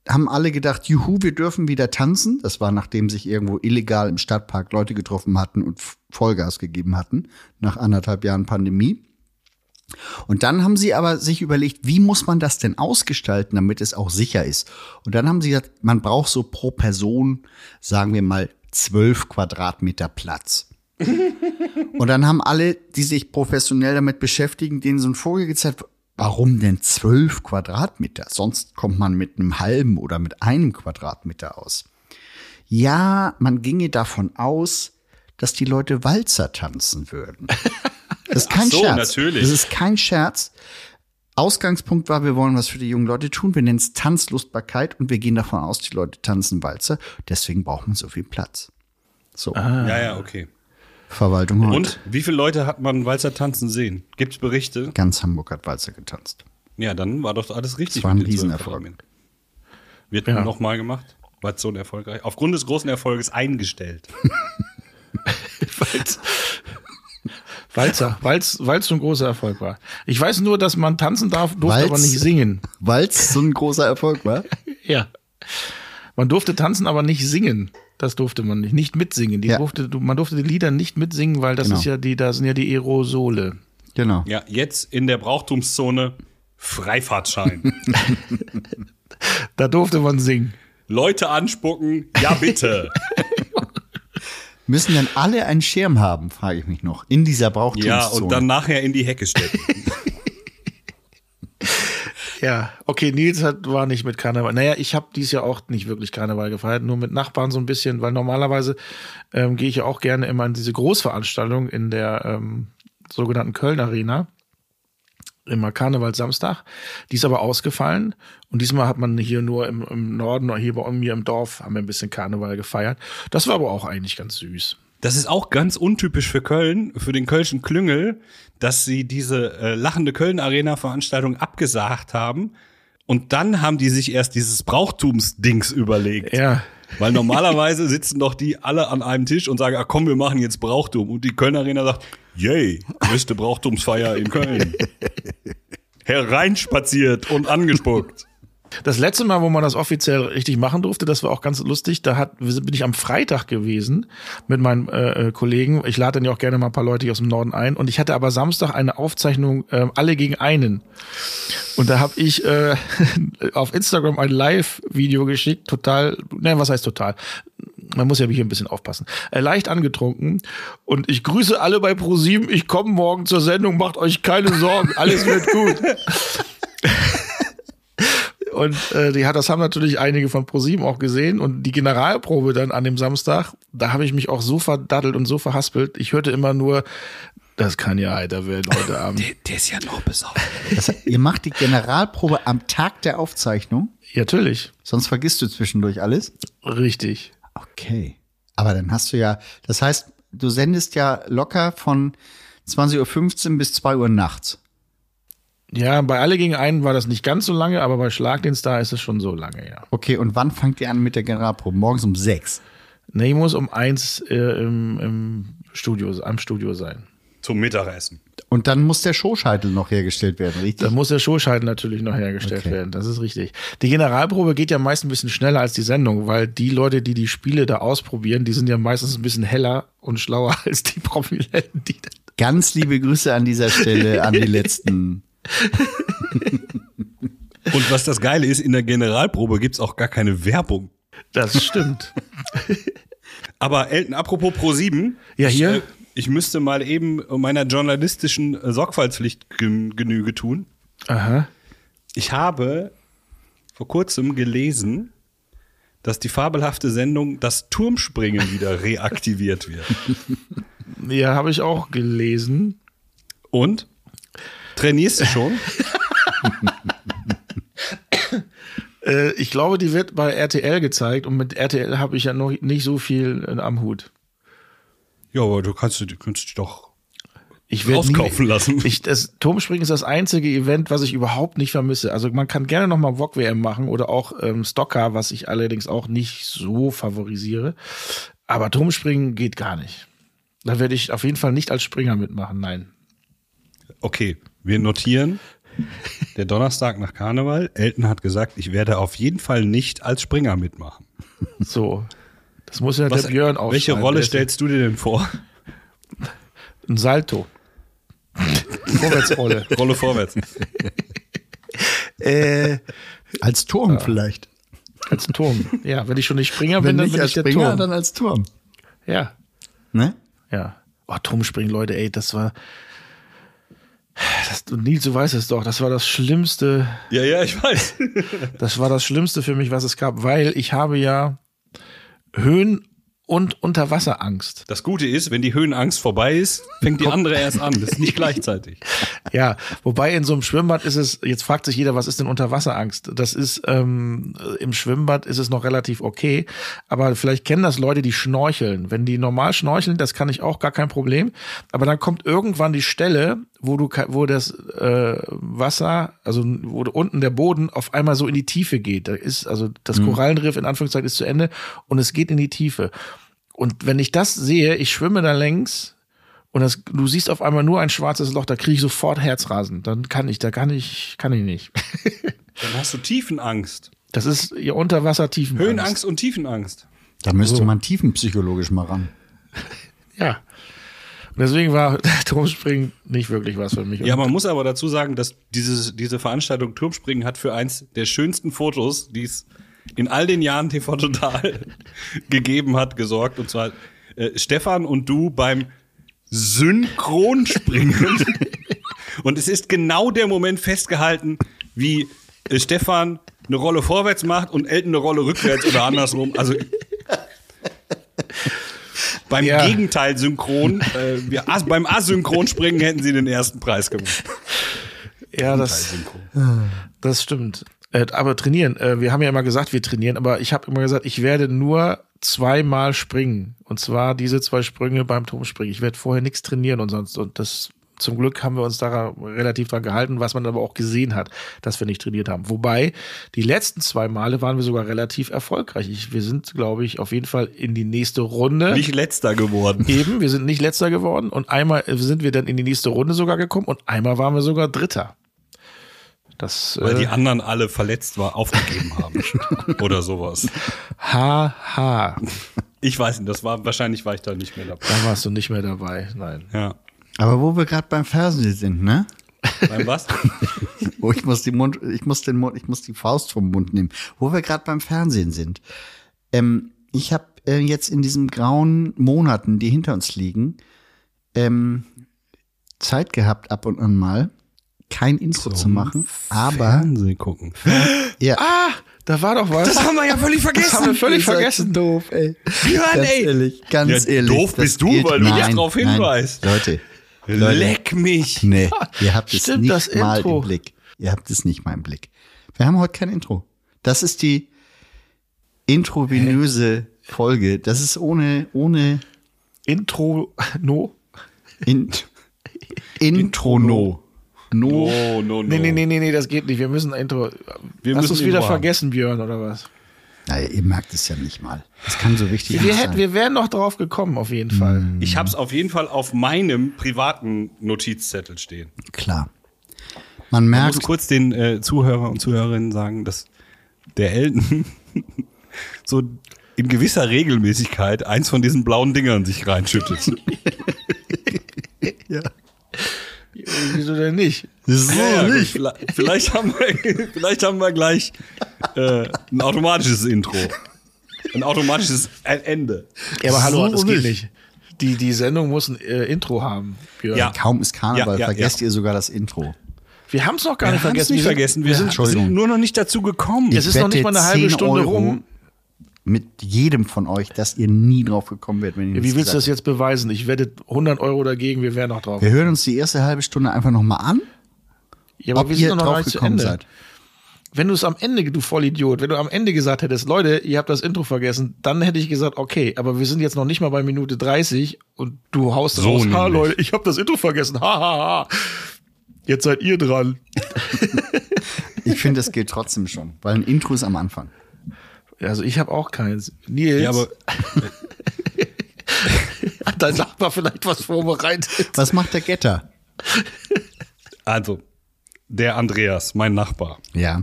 Speaker 3: haben alle gedacht, juhu, wir dürfen wieder tanzen. Das war, nachdem sich irgendwo illegal im Stadtpark Leute getroffen hatten und F- Vollgas gegeben hatten, nach anderthalb Jahren Pandemie. Und dann haben sie aber sich überlegt, wie muss man das denn ausgestalten, damit es auch sicher ist. Und dann haben sie gesagt, man braucht so pro Person, sagen wir mal, zwölf Quadratmeter Platz. Und dann haben alle, die sich professionell damit beschäftigen, denen so ein Vogel gezeigt, warum denn zwölf Quadratmeter? Sonst kommt man mit einem halben oder mit einem Quadratmeter aus. Ja, man ginge davon aus, dass die Leute Walzer tanzen würden. Das ist kein
Speaker 4: so,
Speaker 3: Scherz.
Speaker 4: natürlich.
Speaker 3: Das ist kein Scherz. Ausgangspunkt war, wir wollen was für die jungen Leute tun. Wir nennen es Tanzlustbarkeit und wir gehen davon aus, die Leute tanzen Walzer. Deswegen braucht man so viel Platz. So,
Speaker 4: Ja, ja, okay.
Speaker 3: Verwaltung heute.
Speaker 4: Ah. Und wie viele Leute hat man Walzer tanzen sehen? Gibt es Berichte?
Speaker 3: Ganz Hamburg hat Walzer getanzt.
Speaker 4: Ja, dann war doch alles richtig.
Speaker 3: Das war ein
Speaker 4: mit den zwölf
Speaker 3: Riesenerfolg.
Speaker 4: Quadratmetern. Wird
Speaker 2: Ja.
Speaker 4: nochmal gemacht. War so ein erfolgreich. Aufgrund des großen Erfolges eingestellt.
Speaker 2: Walzer. Walz, Walz so ein großer Erfolg war. Ich weiß nur, dass man tanzen darf, durfte
Speaker 3: Walz?
Speaker 2: aber nicht singen.
Speaker 3: Walz so ein großer Erfolg war?
Speaker 2: Ja. Man durfte tanzen, aber nicht singen. Das durfte man nicht. Nicht mitsingen. Die
Speaker 3: Ja.
Speaker 2: durfte, du- man durfte die Lieder nicht mitsingen, weil das
Speaker 3: Genau.
Speaker 2: ist ja die, da sind ja die Aerosole.
Speaker 3: Genau.
Speaker 4: Ja, jetzt in der Brauchtumszone Freifahrtschein.
Speaker 2: Da durfte man singen.
Speaker 4: Leute anspucken, ja bitte.
Speaker 3: Müssen dann alle einen Schirm haben, frage ich mich noch, in dieser Brauchtumszone.
Speaker 4: Ja, und dann nachher in die Hecke stecken.
Speaker 2: Ja, okay, Nils hat, war nicht mit Karneval. Naja, ich habe dieses Jahr auch nicht wirklich Karneval gefeiert, nur mit Nachbarn so ein bisschen, weil normalerweise ähm, gehe ich ja auch gerne immer in diese Großveranstaltung in der ähm, sogenannten Köln Arena. Immer Karneval Samstag. Die ist aber ausgefallen. Und diesmal hat man hier nur im, im Norden, oder hier bei mir im Dorf, haben wir ein bisschen Karneval gefeiert. Das war aber auch eigentlich ganz süß.
Speaker 4: Das ist auch ganz untypisch für Köln, für den Kölschen Klüngel, dass sie diese äh, lachende Köln-Arena-Veranstaltung abgesagt haben. Und dann haben die sich erst dieses Brauchtumsdings überlegt.
Speaker 2: Ja.
Speaker 4: Weil normalerweise sitzen doch die alle an einem Tisch und sagen, ah komm, wir machen jetzt Brauchtum. Und die Köln Arena sagt, yay, größte Brauchtumsfeier in Köln. Hereinspaziert und angespuckt.
Speaker 2: Das letzte Mal, wo man das offiziell richtig machen durfte, das war auch ganz lustig. Da hat, bin ich am Freitag gewesen mit meinen äh, äh, Kollegen. Ich lade dann ja auch gerne mal ein paar Leute hier aus dem Norden ein. Und ich hatte aber Samstag eine Aufzeichnung äh, alle gegen einen. Und da habe ich äh, auf Instagram ein Live-Video geschickt. Total, nein, was heißt total? Man muss ja hier ein bisschen aufpassen. Äh, leicht angetrunken. Und ich grüße alle bei ProSieben. Ich komme morgen zur Sendung. Macht euch keine Sorgen. Alles wird gut. Und äh, die hat, das haben natürlich einige von ProSieben auch gesehen. Und die Generalprobe dann an dem Samstag, da habe ich mich auch so verdattelt und so verhaspelt. Ich hörte immer nur, das kann ja heiter werden heute Abend.
Speaker 4: der ist ja noch besoffen.
Speaker 3: Das, ihr macht die Generalprobe am Tag der Aufzeichnung,
Speaker 2: ja, natürlich.
Speaker 3: sonst vergisst du zwischendurch alles.
Speaker 2: Richtig.
Speaker 3: Okay. Aber dann hast du ja, das heißt, du sendest ja locker von 20.15 Uhr bis 2 Uhr nachts.
Speaker 2: Ja, bei Alle gegen einen war das nicht ganz so lange, aber bei Schlag den Star ist es schon so lange, ja.
Speaker 3: Okay, und wann fangt ihr an mit der Generalprobe? Morgens um 6.
Speaker 2: Nee, ich muss um eins äh, im, im Studio, am Studio sein.
Speaker 4: Zum Mittagessen.
Speaker 3: Und dann muss der Showscheitel noch hergestellt werden,
Speaker 2: Da
Speaker 3: richtig?
Speaker 2: muss der Showscheitel natürlich noch hergestellt
Speaker 3: Okay.
Speaker 2: werden, das ist richtig. Die Generalprobe geht ja meist ein bisschen schneller als die Sendung, weil die Leute, die die Spiele da ausprobieren, die sind ja meistens ein bisschen heller und schlauer als die Prominenten, die da
Speaker 3: Ganz liebe Grüße an dieser Stelle an die letzten.
Speaker 4: Und was das Geile ist, in der Generalprobe gibt's auch gar keine Werbung.
Speaker 2: Das stimmt.
Speaker 4: Aber Elton, apropos Pro7.
Speaker 2: Ja, hier.
Speaker 4: Ich, äh, ich müsste mal eben meiner journalistischen äh, Sorgfaltspflicht gen Genüge tun.
Speaker 2: Aha.
Speaker 4: Ich habe vor kurzem gelesen, dass die fabelhafte Sendung Das Turmspringen wieder reaktiviert wird.
Speaker 2: Ja, habe ich auch gelesen.
Speaker 4: Und? Trainierst du schon?
Speaker 2: Äh, ich glaube, die wird bei RTL gezeigt und mit RTL habe ich ja noch nicht so viel äh, am Hut.
Speaker 4: ja, aber du kannst, du kannst dich doch.
Speaker 2: Ich werd nie-
Speaker 4: Rauskaufen lassen.
Speaker 2: Ich, das Turmspringen ist das einzige Event, was ich überhaupt nicht vermisse. Also man kann gerne noch mal Wok WM machen oder auch ähm, Stocker, was ich allerdings auch nicht so favorisiere. Aber Turmspringen geht gar nicht. Da werde ich auf jeden Fall nicht als Springer mitmachen. Nein.
Speaker 4: Okay, wir notieren. Der Donnerstag nach Karneval. Elton hat gesagt, ich werde auf jeden Fall nicht als Springer mitmachen.
Speaker 2: So. Das muss ja der Björn auch.
Speaker 4: welche Rolle stellst du dir denn vor?
Speaker 2: Ein Salto. Vorwärtsrolle.
Speaker 4: Rolle vorwärts.
Speaker 2: äh,
Speaker 3: Als Turm vielleicht.
Speaker 2: als Turm. Ja, wenn ich schon nicht Springer bin,
Speaker 3: Wenn
Speaker 2: dann
Speaker 3: nicht
Speaker 2: bin
Speaker 3: als
Speaker 2: ich der
Speaker 3: Springer,
Speaker 2: Turm.
Speaker 3: dann als Turm.
Speaker 2: Ja,
Speaker 3: Ne?
Speaker 2: ja. Oh, Turmspringen, Leute, ey, das war. Das, und Nils, du weißt es doch, das war das Schlimmste,
Speaker 4: Ja, ja, ich weiß.
Speaker 2: das war das Schlimmste für mich, was es gab, weil ich habe ja Höhen- und Unterwasserangst.
Speaker 4: Das Gute ist, wenn die Höhenangst vorbei ist, fängt die andere erst an. Das ist nicht gleichzeitig.
Speaker 2: Ja, wobei in so einem Schwimmbad ist es, jetzt fragt sich jeder, was ist denn Unterwasserangst? Das ist, ähm, im Schwimmbad ist es noch relativ okay, aber vielleicht kennen das Leute, die schnorcheln. Wenn die normal schnorcheln, das kann ich auch gar kein Problem, aber dann kommt irgendwann die Stelle, wo du, ke- wo das äh, Wasser, also wo unten der Boden auf einmal so in die Tiefe geht. Da ist, also das Korallenriff in Anführungszeichen ist zu Ende und es geht in die Tiefe. Und wenn ich das sehe, ich schwimme da längs und das, du siehst auf einmal nur ein schwarzes Loch, da kriege ich sofort Herzrasen. Dann kann ich, da kann ich, kann ich nicht.
Speaker 4: Dann hast du Tiefenangst.
Speaker 2: Das ist ihr Unterwassertiefen.
Speaker 4: Höhenangst und Tiefenangst.
Speaker 3: Da müsste man tiefenpsychologisch mal ran.
Speaker 2: Ja. Und deswegen war Turmspringen nicht wirklich was für mich.
Speaker 4: Ja, man muss aber dazu sagen, dass dieses, diese Veranstaltung Turmspringen hat für eins der schönsten Fotos, die es in all den Jahren TV Total gegeben hat, gesorgt. Und zwar äh, Stefan und du beim Synchronspringen. und es ist genau der Moment festgehalten, wie äh, Stefan eine Rolle vorwärts macht und Elton eine Rolle rückwärts oder andersrum. Also beim
Speaker 2: Ja.
Speaker 4: Gegenteil synchron, äh, wir, as, beim Asynchronspringen hätten sie den ersten Preis gewonnen.
Speaker 2: Ja, das, das stimmt. Äh, aber trainieren, äh, wir haben ja immer gesagt, wir trainieren, aber ich habe immer gesagt, ich werde nur zweimal springen. Und zwar diese zwei Sprünge beim Turmspringen. Ich werde vorher nichts trainieren und sonst. Und das zum Glück haben wir uns da relativ dran gehalten, was man aber auch gesehen hat, dass wir nicht trainiert haben. Wobei, die letzten zwei Male waren wir sogar relativ erfolgreich. Ich, wir sind, glaube ich, auf jeden Fall in die nächste Runde.
Speaker 4: Nicht letzter geworden.
Speaker 2: Eben, wir sind nicht letzter geworden und einmal äh, sind wir dann in die nächste Runde sogar gekommen und einmal waren wir sogar Dritter. Das
Speaker 4: Weil die
Speaker 2: äh,
Speaker 4: anderen alle verletzt war, aufgegeben haben. Oder sowas.
Speaker 2: ha ha.
Speaker 4: Ich weiß nicht, das war wahrscheinlich war ich da nicht mehr dabei.
Speaker 2: Da warst du nicht mehr dabei. Nein.
Speaker 4: Ja.
Speaker 3: Aber wo wir gerade beim Fernsehen sind, ne?
Speaker 4: Beim was?
Speaker 3: Oh, ich muss die Mund, ich muss den Mund, ich muss die Faust vom Mund nehmen. Wo wir gerade beim Fernsehen sind. Ähm, ich habe äh, jetzt in diesen grauen Monaten, die hinter uns liegen, ähm, Zeit gehabt, ab und an mal kein Intro zu machen. Aber
Speaker 4: Fernsehen gucken.
Speaker 3: ja,
Speaker 2: Ah, da war doch was.
Speaker 4: haben wir ja völlig vergessen.
Speaker 2: Das haben wir völlig
Speaker 3: Ihr seid
Speaker 2: vergessen.
Speaker 3: so Doof, ey.
Speaker 4: Björn,
Speaker 3: ganz
Speaker 4: ey.
Speaker 3: ehrlich, ganz
Speaker 4: Ja,
Speaker 3: ehrlich.
Speaker 4: doof
Speaker 3: das
Speaker 4: bist du,
Speaker 3: gilt-
Speaker 4: weil du nicht
Speaker 3: nein,
Speaker 4: drauf
Speaker 3: nein,
Speaker 4: hinweist.
Speaker 3: Leute, Leute,
Speaker 4: Leck mich.
Speaker 3: nee, ihr habt es
Speaker 2: Stimmt,
Speaker 3: nicht
Speaker 2: das
Speaker 3: mal
Speaker 2: Intro.
Speaker 3: im Blick. Ihr habt es nicht mal im Blick. Wir haben heute kein Intro. Das ist die introvenöse Folge. Das ist ohne, ohne
Speaker 2: Intro no.
Speaker 3: in, Introno. No.
Speaker 4: No, no, no.
Speaker 2: Nee, nee, nee, nee, nee, das geht nicht. Wir müssen ein Intro.
Speaker 4: Wir
Speaker 2: Hast du
Speaker 4: müssen
Speaker 2: es wieder
Speaker 4: Intro haben.
Speaker 2: vergessen, Björn, oder was?
Speaker 3: Naja, ihr merkt es ja nicht mal. Das kann so wichtig
Speaker 2: Wir,
Speaker 3: nicht
Speaker 2: hätten,
Speaker 3: sein.
Speaker 2: wir wären noch drauf gekommen, auf jeden Fall.
Speaker 4: Ich hab's auf jeden Fall auf meinem privaten Notizzettel stehen.
Speaker 3: Klar. Man
Speaker 4: Ich muss
Speaker 3: merkt,
Speaker 4: kurz den äh, Zuhörer und Zuhörerinnen sagen, dass der Elton so in gewisser Regelmäßigkeit eins von diesen blauen Dingern sich reinschüttet.
Speaker 2: Äh, Wieso denn nicht?
Speaker 3: so
Speaker 4: Ja, ja,
Speaker 3: nicht.
Speaker 4: gut, vielleicht- Vielleicht haben wir, vielleicht haben wir gleich äh, ein automatisches Intro. Ein automatisches Ende.
Speaker 2: Ja, aber hallo,
Speaker 3: So
Speaker 2: das geht
Speaker 3: nicht.
Speaker 2: nicht. Die, die Sendung muss ein äh, Intro haben, Björn.
Speaker 4: Ja.
Speaker 3: Kaum ist Karneval,
Speaker 4: Ja, ja,
Speaker 3: vergesst ihr sogar das Intro.
Speaker 2: Wir haben es noch gar nicht
Speaker 4: haben's
Speaker 2: vergessen.
Speaker 4: nicht
Speaker 2: wir
Speaker 4: vergessen.
Speaker 2: Sind,
Speaker 4: Wir sind, wir
Speaker 3: Entschuldigung.
Speaker 4: sind nur noch nicht dazu gekommen.
Speaker 2: es ist noch nicht mal eine
Speaker 3: wette
Speaker 2: halbe
Speaker 3: 10
Speaker 2: Stunde
Speaker 3: Euro,
Speaker 2: rum.
Speaker 3: Mit jedem von euch, dass ihr nie drauf gekommen werdet, wenn ihr
Speaker 2: Wie
Speaker 3: nichts
Speaker 2: willst du das
Speaker 3: gesagt
Speaker 2: jetzt beweisen? Ich wette 100 Euro dagegen, wir wären noch drauf.
Speaker 3: habt. Wir hören uns die erste halbe Stunde einfach nochmal an,
Speaker 2: Ja,
Speaker 3: ob ihr
Speaker 2: gar
Speaker 3: drauf
Speaker 2: nicht zu
Speaker 3: gekommen
Speaker 2: Ende.
Speaker 3: seid.
Speaker 2: Wenn du es am Ende, du Vollidiot, wenn du am Ende gesagt hättest, Leute, ihr habt das Intro vergessen, dann hätte ich gesagt, okay, aber wir sind jetzt noch nicht mal bei Minute 30 und du haust
Speaker 4: So
Speaker 2: raus, ha
Speaker 4: nämlich.
Speaker 2: Leute, ich hab das Intro vergessen, ha ha ha. Jetzt seid ihr dran.
Speaker 3: Ich finde, das gilt trotzdem schon, weil ein Intro ist am Anfang.
Speaker 2: Also ich habe auch keins. Nils,
Speaker 4: Ja, aber
Speaker 2: hat dein Nachbar vielleicht was vorbereitet?
Speaker 3: Was macht der Getter?
Speaker 4: also der Andreas, mein Nachbar,
Speaker 3: Ja.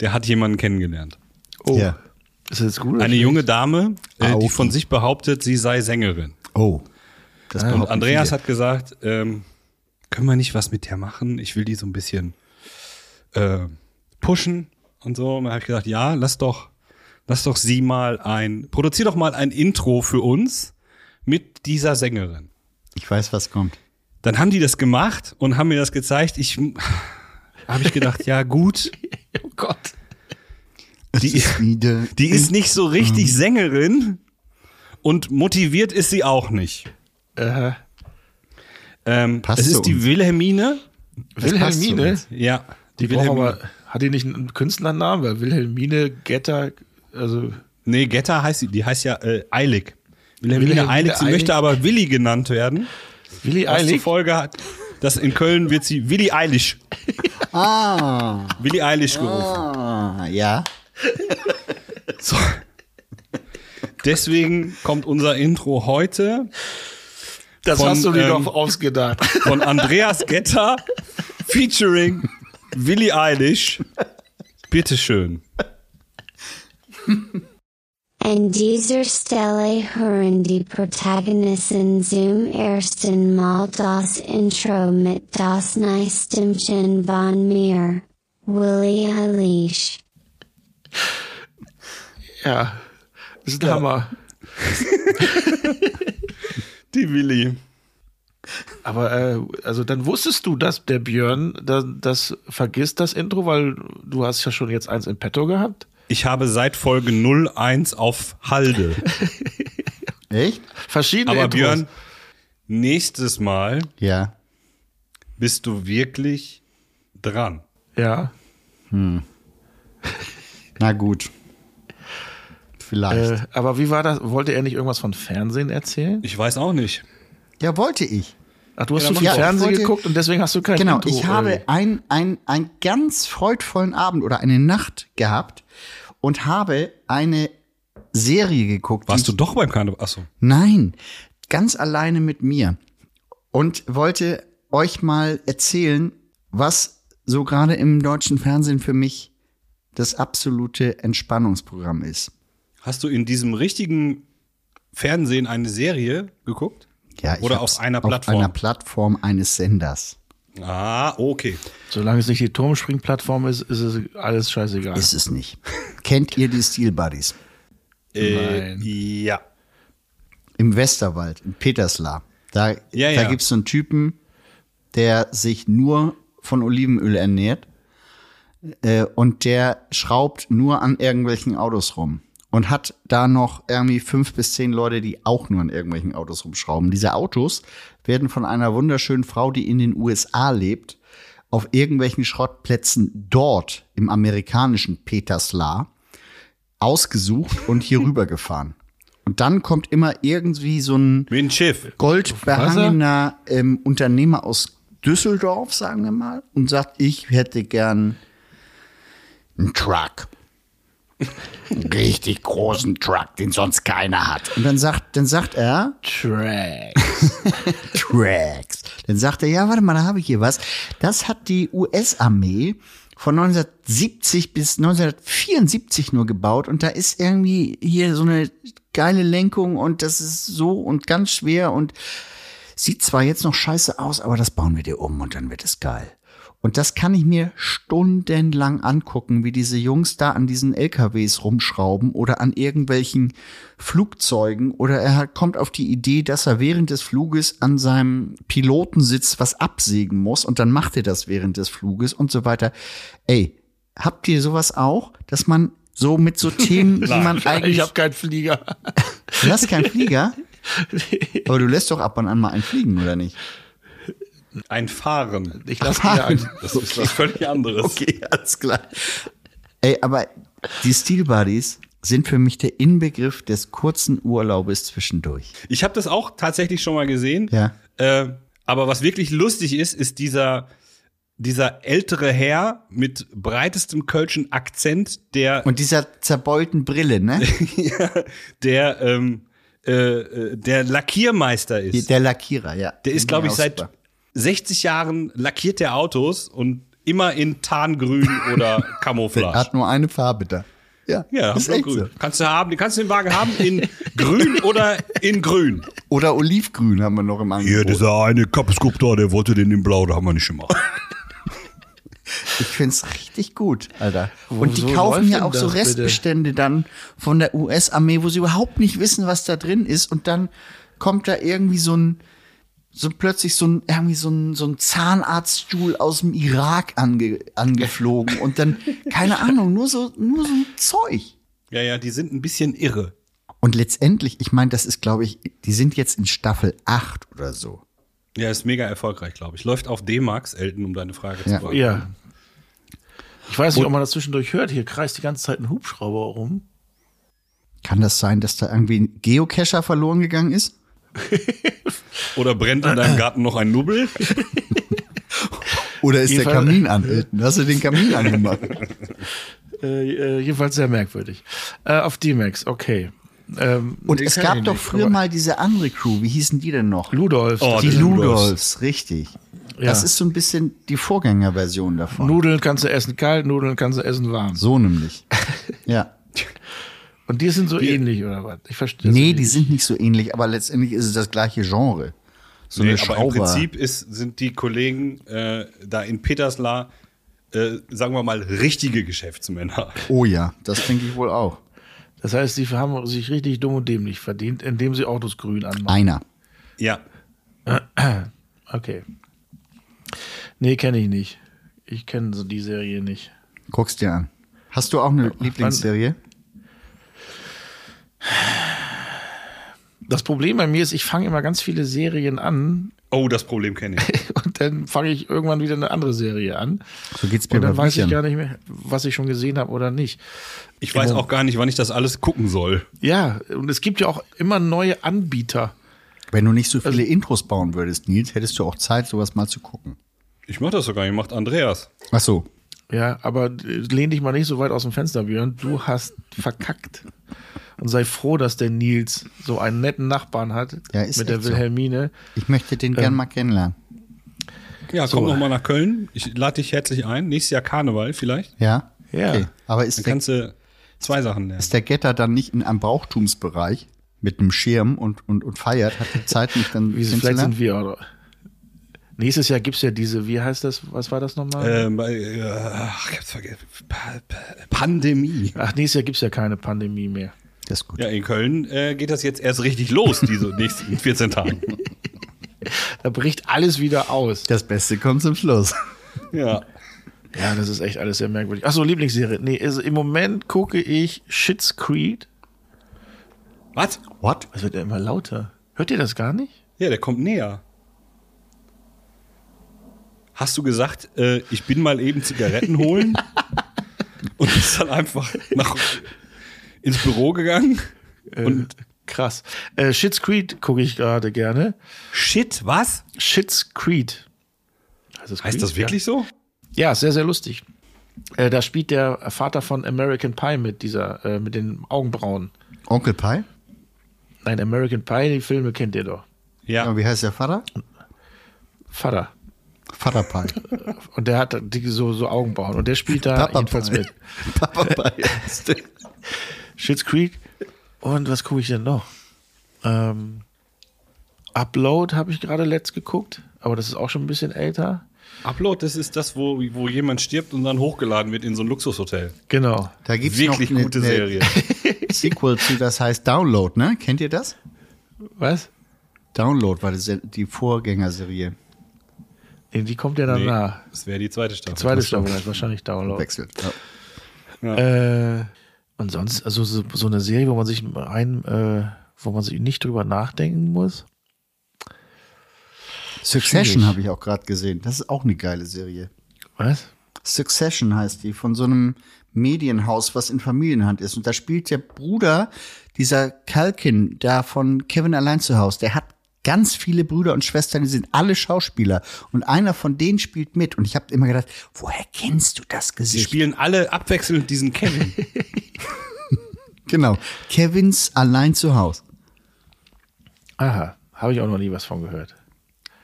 Speaker 4: der hat jemanden kennengelernt.
Speaker 2: Oh,
Speaker 3: Ja.
Speaker 2: ist das jetzt gut? oder
Speaker 4: Eine junge Dame, äh, die
Speaker 3: Aufen.
Speaker 4: von sich behauptet, sie sei Sängerin.
Speaker 3: Oh.
Speaker 2: Ah,
Speaker 3: Das
Speaker 4: Und
Speaker 3: behaupten
Speaker 4: Andreas
Speaker 3: viele.
Speaker 4: hat gesagt, ähm, können wir nicht was mit der machen? Ich will die so ein bisschen äh, pushen und so. Und dann habe ich gedacht, ja, lass doch, lass doch sie mal ein, produzier doch mal ein Intro für uns mit dieser Sängerin.
Speaker 3: Ich weiß, was kommt.
Speaker 4: Dann haben die das gemacht und haben mir das gezeigt. Ich habe ich gedacht, ja gut,
Speaker 2: Oh Gott.
Speaker 4: Die-
Speaker 3: Es wieder
Speaker 4: die ist nicht so richtig Sängerin und motiviert ist sie auch nicht.
Speaker 2: Äh,
Speaker 4: Ähm,
Speaker 3: Passt
Speaker 4: es
Speaker 3: zu
Speaker 4: ist die
Speaker 3: uns.
Speaker 4: Wilhelmine.
Speaker 3: passt zu
Speaker 2: Wilhelmine,
Speaker 3: uns.
Speaker 4: Ja,
Speaker 2: die braucht aber, hat die nicht einen Künstlernamen? Weil Wilhelmine Getter, also
Speaker 4: Nee, Getter heißt sie, die heißt ja äh, Eilig. Wilhelmine,
Speaker 2: Wilhelmine
Speaker 4: Eilig, sie
Speaker 2: Eilig.
Speaker 4: möchte aber Willi genannt werden.
Speaker 2: Willi
Speaker 4: Was zur
Speaker 2: Eilig.
Speaker 4: Folge hat, dass in Köln wird sie Willi Eilish.
Speaker 3: Ah,
Speaker 4: Willi Eilish gerufen.
Speaker 3: ah, ja.
Speaker 4: So. Deswegen kommt unser Intro heute
Speaker 2: Das
Speaker 4: Von,
Speaker 2: hast du dir
Speaker 4: ähm,
Speaker 2: doch ausgedacht.
Speaker 4: von Andreas Getter featuring Willi Eilish. Bitteschön.
Speaker 1: And dieser Stelle hören die Protagonisten zum ersten Mal das Intro mit das nice Stimmchen von mir, Willy Eilish.
Speaker 2: Ja, das ist ein Hammer.
Speaker 4: Die Willi.
Speaker 2: Aber äh, also dann wusstest du, dass der Björn das, das vergisst, das Intro, weil du hast ja schon jetzt eins in petto gehabt.
Speaker 4: Ich habe seit Folge 01 auf Halde.
Speaker 3: Echt?
Speaker 2: Verschiedene
Speaker 4: Aber
Speaker 2: Intros.
Speaker 4: Björn, nächstes Mal
Speaker 3: Ja.
Speaker 4: bist du wirklich dran.
Speaker 2: Ja.
Speaker 3: Na gut. Vielleicht.
Speaker 2: Äh, aber wie war das? Wollte er nicht irgendwas von Fernsehen erzählen?
Speaker 4: Ich weiß auch nicht.
Speaker 3: Ja, wollte ich.
Speaker 2: Ach, du hast
Speaker 4: Ja,
Speaker 2: zu
Speaker 4: dann
Speaker 2: viel
Speaker 4: mach doch.
Speaker 2: Fernsehen
Speaker 3: Ich wollte-
Speaker 2: geguckt und deswegen hast du kein
Speaker 3: Genau,
Speaker 2: Intro. äh,
Speaker 3: ich habe
Speaker 2: irgendwie.
Speaker 3: ein, ein, ein ganz freudvollen Abend oder eine Nacht gehabt und habe eine Serie geguckt. die
Speaker 4: Warst du doch beim Karneval? Achso.
Speaker 3: Nein, ganz alleine mit mir. Und wollte euch mal erzählen, was so gerade im deutschen Fernsehen für mich das absolute Entspannungsprogramm ist.
Speaker 4: Hast du in diesem richtigen Fernsehen eine Serie geguckt?
Speaker 3: Ja, ich
Speaker 4: Oder
Speaker 3: hab's
Speaker 4: auf einer Plattform?
Speaker 3: Auf einer Plattform eines Senders.
Speaker 4: Ah, okay.
Speaker 2: Solange es nicht die Turmspringplattform ist, ist es alles scheißegal.
Speaker 4: Ah.
Speaker 3: Ist es nicht. Kennt ihr die Steel Buddies?
Speaker 4: Äh,
Speaker 2: Nein.
Speaker 4: ja.
Speaker 3: Im Westerwald, in Petersla. Da,
Speaker 4: Ja,
Speaker 3: da
Speaker 4: ja.
Speaker 3: gibt's so einen Typen, der sich nur von Olivenöl ernährt äh, und der schraubt nur an irgendwelchen Autos rum und hat da noch irgendwie fünf bis zehn Leute, die auch nur an irgendwelchen Autos rumschrauben. Diese Autos werden von einer wunderschönen Frau, die in den USA lebt, auf irgendwelchen Schrottplätzen dort im amerikanischen Petersla ausgesucht und hier rübergefahren. Und dann kommt immer irgendwie so ein
Speaker 4: Wie ein Schiff.
Speaker 3: goldbehangener ähm, Unternehmer aus Düsseldorf, sagen wir mal, und sagt, ich hätte gern einen Truck. Einen richtig großen Truck, den sonst keiner hat. Und dann sagt, dann sagt er,
Speaker 2: Track.
Speaker 3: Tracks. Dann sagt er, ja, warte mal, da habe ich hier was. Das hat die US-Armee von 1970 bis 1974 nur gebaut und da ist irgendwie hier so eine geile Lenkung und das ist so und ganz schwer und sieht zwar jetzt noch scheiße aus, aber das bauen wir dir um und dann wird es geil. Und das kann ich mir stundenlang angucken, wie diese Jungs da an diesen LKWs rumschrauben oder an irgendwelchen Flugzeugen. Oder er hat, kommt auf die Idee, dass er während des Fluges an seinem Pilotensitz was absägen muss und dann macht er das während des Fluges und so weiter. Ey, habt ihr sowas auch, dass man so mit so Themen, die man eigentlich.
Speaker 2: Ich habe keinen Flieger.
Speaker 3: Du hast keinen Flieger? Aber du lässt doch ab und an mal einen fliegen, oder nicht?
Speaker 4: Ein Fahren.
Speaker 2: Ich lasse mir ein.
Speaker 4: Das ist was völlig anderes.
Speaker 3: Okay, alles klar. Ey, aber die Steel Buddies sind für mich der Inbegriff des kurzen Urlaubes zwischendurch.
Speaker 4: Ich habe das auch tatsächlich schon mal gesehen.
Speaker 3: Ja.
Speaker 4: Äh, aber was wirklich lustig ist, ist dieser, dieser ältere Herr mit breitestem kölschen Akzent, der,
Speaker 3: Und dieser zerbeulten Brille, ne?
Speaker 4: der, ähm, äh, äh, der Lackiermeister ist.
Speaker 3: Der Lackierer, ja.
Speaker 4: Der ist, glaube ich, seit 60 Jahren lackiert der Autos und immer in Tarngrün oder
Speaker 3: Der
Speaker 4: Camouflage.
Speaker 3: hat nur eine Farbe da. Ja,
Speaker 4: Ja,
Speaker 3: ist
Speaker 4: nur
Speaker 3: echt
Speaker 4: grün.
Speaker 3: so.
Speaker 4: Kannst du haben, kannst du den Wagen haben in grün oder in grün.
Speaker 3: Oder Olivgrün haben wir noch im Angebot.
Speaker 4: eine Kappeskup da, der wollte den in blau, da haben wir nicht gemacht.
Speaker 3: Ich find's richtig gut, Alter.
Speaker 2: Wo-
Speaker 3: Und die
Speaker 2: so
Speaker 3: kaufen
Speaker 2: läuft
Speaker 3: ja
Speaker 2: denn
Speaker 3: auch so
Speaker 2: das bitte?
Speaker 3: Restbestände dann von der US-Armee, wo sie überhaupt nicht wissen, was da drin ist. Und dann kommt da irgendwie so ein, so plötzlich so ein, irgendwie so ein, so ein Zahnarztstuhl aus dem Irak ange, angeflogen. Und dann, keine Ahnung, nur so, nur so ein Zeug.
Speaker 4: Ja, ja, die sind ein bisschen irre.
Speaker 3: Und letztendlich, ich meine, das ist, glaube ich, die sind jetzt in Staffel 8 oder so.
Speaker 4: Ja, ist mega erfolgreich, glaube ich. Läuft auf D-Max, Elton, um deine Frage zu
Speaker 3: Ja.
Speaker 4: beantworten.
Speaker 2: Ja. Ich weiß nicht, ob man das zwischendurch hört. Hier kreist die ganze Zeit ein Hubschrauber rum.
Speaker 3: Kann das sein, dass da irgendwie ein Geocacher verloren gegangen ist?
Speaker 4: Oder brennt in deinem Garten noch ein Nubbel?
Speaker 3: Oder ist der
Speaker 2: Jedenfalls-
Speaker 3: Kamin an? Elton? Hast du den Kamin angemacht?
Speaker 2: Äh, äh, jedenfalls sehr merkwürdig. Äh, auf D-Max, okay. Ähm,
Speaker 3: Und
Speaker 2: den
Speaker 3: es
Speaker 2: kenn
Speaker 3: gab
Speaker 2: ich
Speaker 3: doch
Speaker 2: nicht,
Speaker 3: früher
Speaker 2: aber-
Speaker 3: mal diese andere Crew, wie hießen die denn noch?
Speaker 2: Ludolf.
Speaker 4: Oh,
Speaker 2: das-
Speaker 3: die
Speaker 4: die
Speaker 3: Ludolfs,
Speaker 4: Ludolfs.
Speaker 3: richtig.
Speaker 2: Ja.
Speaker 3: Das ist so ein bisschen die Vorgängerversion davon.
Speaker 2: Nudeln kannst du essen kalt, Nudeln kannst du essen warm.
Speaker 3: so nämlich. ja.
Speaker 2: Und die sind so ähnlich, oder was? Ich verstehe.
Speaker 3: Nee, die sind nicht so ähnlich, aber letztendlich ist es das gleiche Genre. So
Speaker 4: Nee,
Speaker 3: eine
Speaker 4: aber im
Speaker 3: Schrauber.
Speaker 4: Prinzip ist, sind die Kollegen äh, da in Petersla, äh, sagen wir mal, richtige Geschäftsmänner.
Speaker 3: oh ja, das denke ich wohl auch.
Speaker 2: Das heißt, sie haben sich richtig dumm und dämlich verdient, indem sie Autos grün anmachen.
Speaker 3: Einer.
Speaker 4: Ja.
Speaker 2: Okay. Nee, kenne ich nicht. Ich kenne so die Serie nicht.
Speaker 3: Guck's dir an. Hast du auch eine Lieblingsserie?
Speaker 2: Das Problem bei mir ist, ich fange immer ganz viele Serien an
Speaker 4: Oh, das Problem kenne ich.
Speaker 2: und dann fange ich irgendwann wieder eine andere Serie an.
Speaker 3: So geht's mir
Speaker 2: Und dann
Speaker 3: bei
Speaker 2: weiß ich
Speaker 3: Büchern.
Speaker 2: gar nicht mehr, was ich schon gesehen habe oder nicht.
Speaker 4: Ich weiß auch gar nicht, wann ich das alles gucken soll.
Speaker 2: Ja, und es gibt ja auch immer neue Anbieter.
Speaker 3: Wenn du nicht so
Speaker 2: Also
Speaker 3: viele Intros bauen würdest, Nils, hättest du auch Zeit, sowas mal zu gucken.
Speaker 4: Ich mach das sogar nicht, macht Andreas.
Speaker 3: Ach so.
Speaker 2: Ja, aber äh, lehn dich mal nicht so weit aus dem Fenster, Björn. Du hast verkackt. Und sei froh, dass der Nils so einen netten Nachbarn hat
Speaker 3: Ja, ist
Speaker 2: mit
Speaker 3: echt
Speaker 2: der
Speaker 3: so.
Speaker 2: Wilhelmine.
Speaker 3: Ich möchte
Speaker 2: Ähm.
Speaker 3: den gern mal kennenlernen.
Speaker 4: Ja, komm noch mal nach Köln. Ich lade dich herzlich ein. Nächstes Jahr Karneval vielleicht.
Speaker 3: Ja?
Speaker 2: Ja.
Speaker 3: Aber
Speaker 4: Dann
Speaker 3: ist der,
Speaker 4: kannst du zwei Sachen lernen.
Speaker 3: ist der Getter dann nicht in einem Brauchtumsbereich mit einem Schirm und, und, und feiert? Hat die Zeit nicht dann
Speaker 2: Wie, vielleicht
Speaker 3: kennenzulernen?
Speaker 2: sind wir oder? Nächstes Jahr gibt's ja diese, wie heißt das, was war das nochmal?
Speaker 4: Ähm, bei, äh, ach, ich hab's vergessen. Pa pa Pandemie.
Speaker 2: Ach, nächstes Jahr gibt's ja keine Pandemie mehr.
Speaker 3: Das ist gut.
Speaker 4: Ja, in Köln äh, geht das jetzt erst richtig los, diese nächsten 14 Tagen.
Speaker 2: Da bricht alles wieder aus.
Speaker 3: Das Beste kommt zum Schluss.
Speaker 4: Ja.
Speaker 2: Ja, das ist echt alles sehr merkwürdig. Achso, Lieblingsserie. Nee, also im Moment gucke ich Shits Creed.
Speaker 4: Was?
Speaker 3: What?
Speaker 2: Es wird ja immer lauter. Hört ihr das gar nicht?
Speaker 4: Ja, der kommt näher. Hast du gesagt, äh, ich bin mal eben Zigaretten holen? und ist dann einfach nach, ins Büro gegangen? Äh.
Speaker 2: Und krass. Äh, Shits Creed gucke ich gerade gerne.
Speaker 4: Shit, was?
Speaker 2: Shits Creed. Heißt das,
Speaker 4: Heißt
Speaker 2: Creed?
Speaker 4: das wirklich so?
Speaker 2: Ja, ja ist sehr, sehr lustig. Äh, da spielt der Vater von American Pie mit dieser, äh, mit den Augenbrauen.
Speaker 3: Onkel Pi?
Speaker 2: Nein, American Pie, die Filme kennt ihr doch.
Speaker 3: Ja. Wie heißt der Vater?
Speaker 2: Vater.
Speaker 3: Vater Pi.
Speaker 2: Und der hat die, so, so Augenbrauen. Und der spielt da
Speaker 3: Papa
Speaker 2: jedenfalls
Speaker 3: Pi.
Speaker 2: mit.
Speaker 3: Papa Pi.
Speaker 2: Shit's Creek. Und was gucke ich denn noch? Ähm, Upload habe ich gerade letzt geguckt, aber das ist auch schon ein bisschen älter.
Speaker 4: Upload, das ist das, wo, wo jemand stirbt und dann hochgeladen wird in so ein Luxushotel.
Speaker 2: Genau.
Speaker 3: Da gibt's
Speaker 4: Wirklich
Speaker 3: noch eine,
Speaker 4: gute
Speaker 3: eine
Speaker 4: Serie.
Speaker 3: Sequel zu, das heißt Download, ne? Kennt ihr das?
Speaker 2: Was?
Speaker 3: Download war die Se- die Vorgängerserie.
Speaker 2: Nee, die kommt ja dann nach.
Speaker 4: das wäre die zweite Staffel.
Speaker 2: Zweite Staffel heißt wahrscheinlich Download.
Speaker 3: Wechsel. Ja.
Speaker 2: Äh, und sonst, also so, so eine Serie, wo man sich rein, äh, wo man sich nicht drüber nachdenken muss.
Speaker 3: Succession
Speaker 2: Schwierig.
Speaker 3: habe ich auch gerade gesehen. Das ist auch eine geile Serie.
Speaker 2: Was?
Speaker 3: Succession heißt die, von so einem Medienhaus, was in Familienhand ist. Und da spielt der Bruder, dieser Kalkin, da von Kevin allein zu Hause, der hat ganz viele Brüder und Schwestern, die sind alle Schauspieler. Und einer von denen spielt mit. Und ich habe immer gedacht, woher kennst du das
Speaker 4: Die
Speaker 3: Gesicht?
Speaker 4: spielen alle abwechselnd diesen Kevin.
Speaker 3: genau, Kevins allein zu Hause.
Speaker 2: Aha, habe ich auch noch nie was von gehört.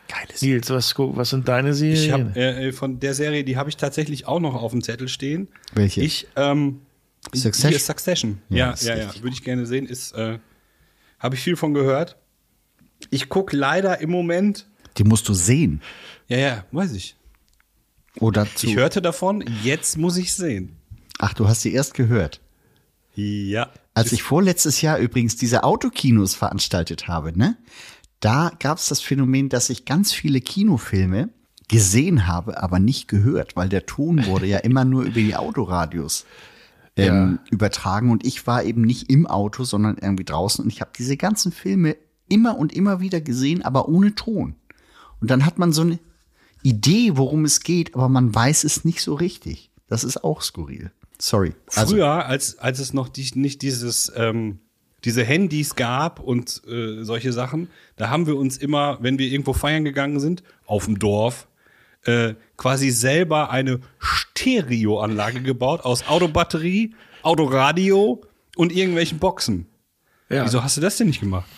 Speaker 3: Geiles.
Speaker 2: Nils, was, gu- was sind deine
Speaker 4: Ich
Speaker 2: Serien?
Speaker 4: hab, äh, äh, von der Serie, die habe ich tatsächlich auch noch auf dem Zettel stehen.
Speaker 3: Welche?
Speaker 4: Ich, ähm,
Speaker 3: Succession?
Speaker 4: Hier, Succession.
Speaker 3: Ja,
Speaker 4: Ja,
Speaker 3: ist
Speaker 4: ja, ja.
Speaker 3: richtig
Speaker 4: Würde ich gerne sehen. Ist, äh, habe ich viel von gehört. Ich gucke leider im Moment.
Speaker 3: Die musst du sehen.
Speaker 4: Ja, ja, weiß ich.
Speaker 3: Oder zu.
Speaker 4: Ich hörte davon, jetzt muss ich sehen.
Speaker 3: Ach, du hast sie erst gehört.
Speaker 4: Ja.
Speaker 3: Als ich vorletztes Jahr übrigens diese Autokinos veranstaltet habe, ne? Da gab es das Phänomen, dass ich ganz viele Kinofilme gesehen habe, aber nicht gehört, weil der Ton wurde ja immer nur über die Autoradios ähm, übertragen und ich war eben nicht im Auto, sondern irgendwie draußen und ich habe diese ganzen Filme immer und immer wieder gesehen, aber ohne Ton. Und dann hat man so eine Idee, worum es geht, aber man weiß es nicht so richtig. Das ist auch skurril. Sorry. Also,
Speaker 2: Also
Speaker 4: Früher, als, als es noch die, nicht dieses, ähm, diese Handys gab und äh, solche Sachen, da haben wir uns immer, wenn wir irgendwo feiern gegangen sind, auf dem Dorf, äh, quasi selber eine Stereoanlage gebaut aus Autobatterie, Autoradio und irgendwelchen Boxen.
Speaker 2: ja.
Speaker 4: Wieso hast du das denn nicht gemacht?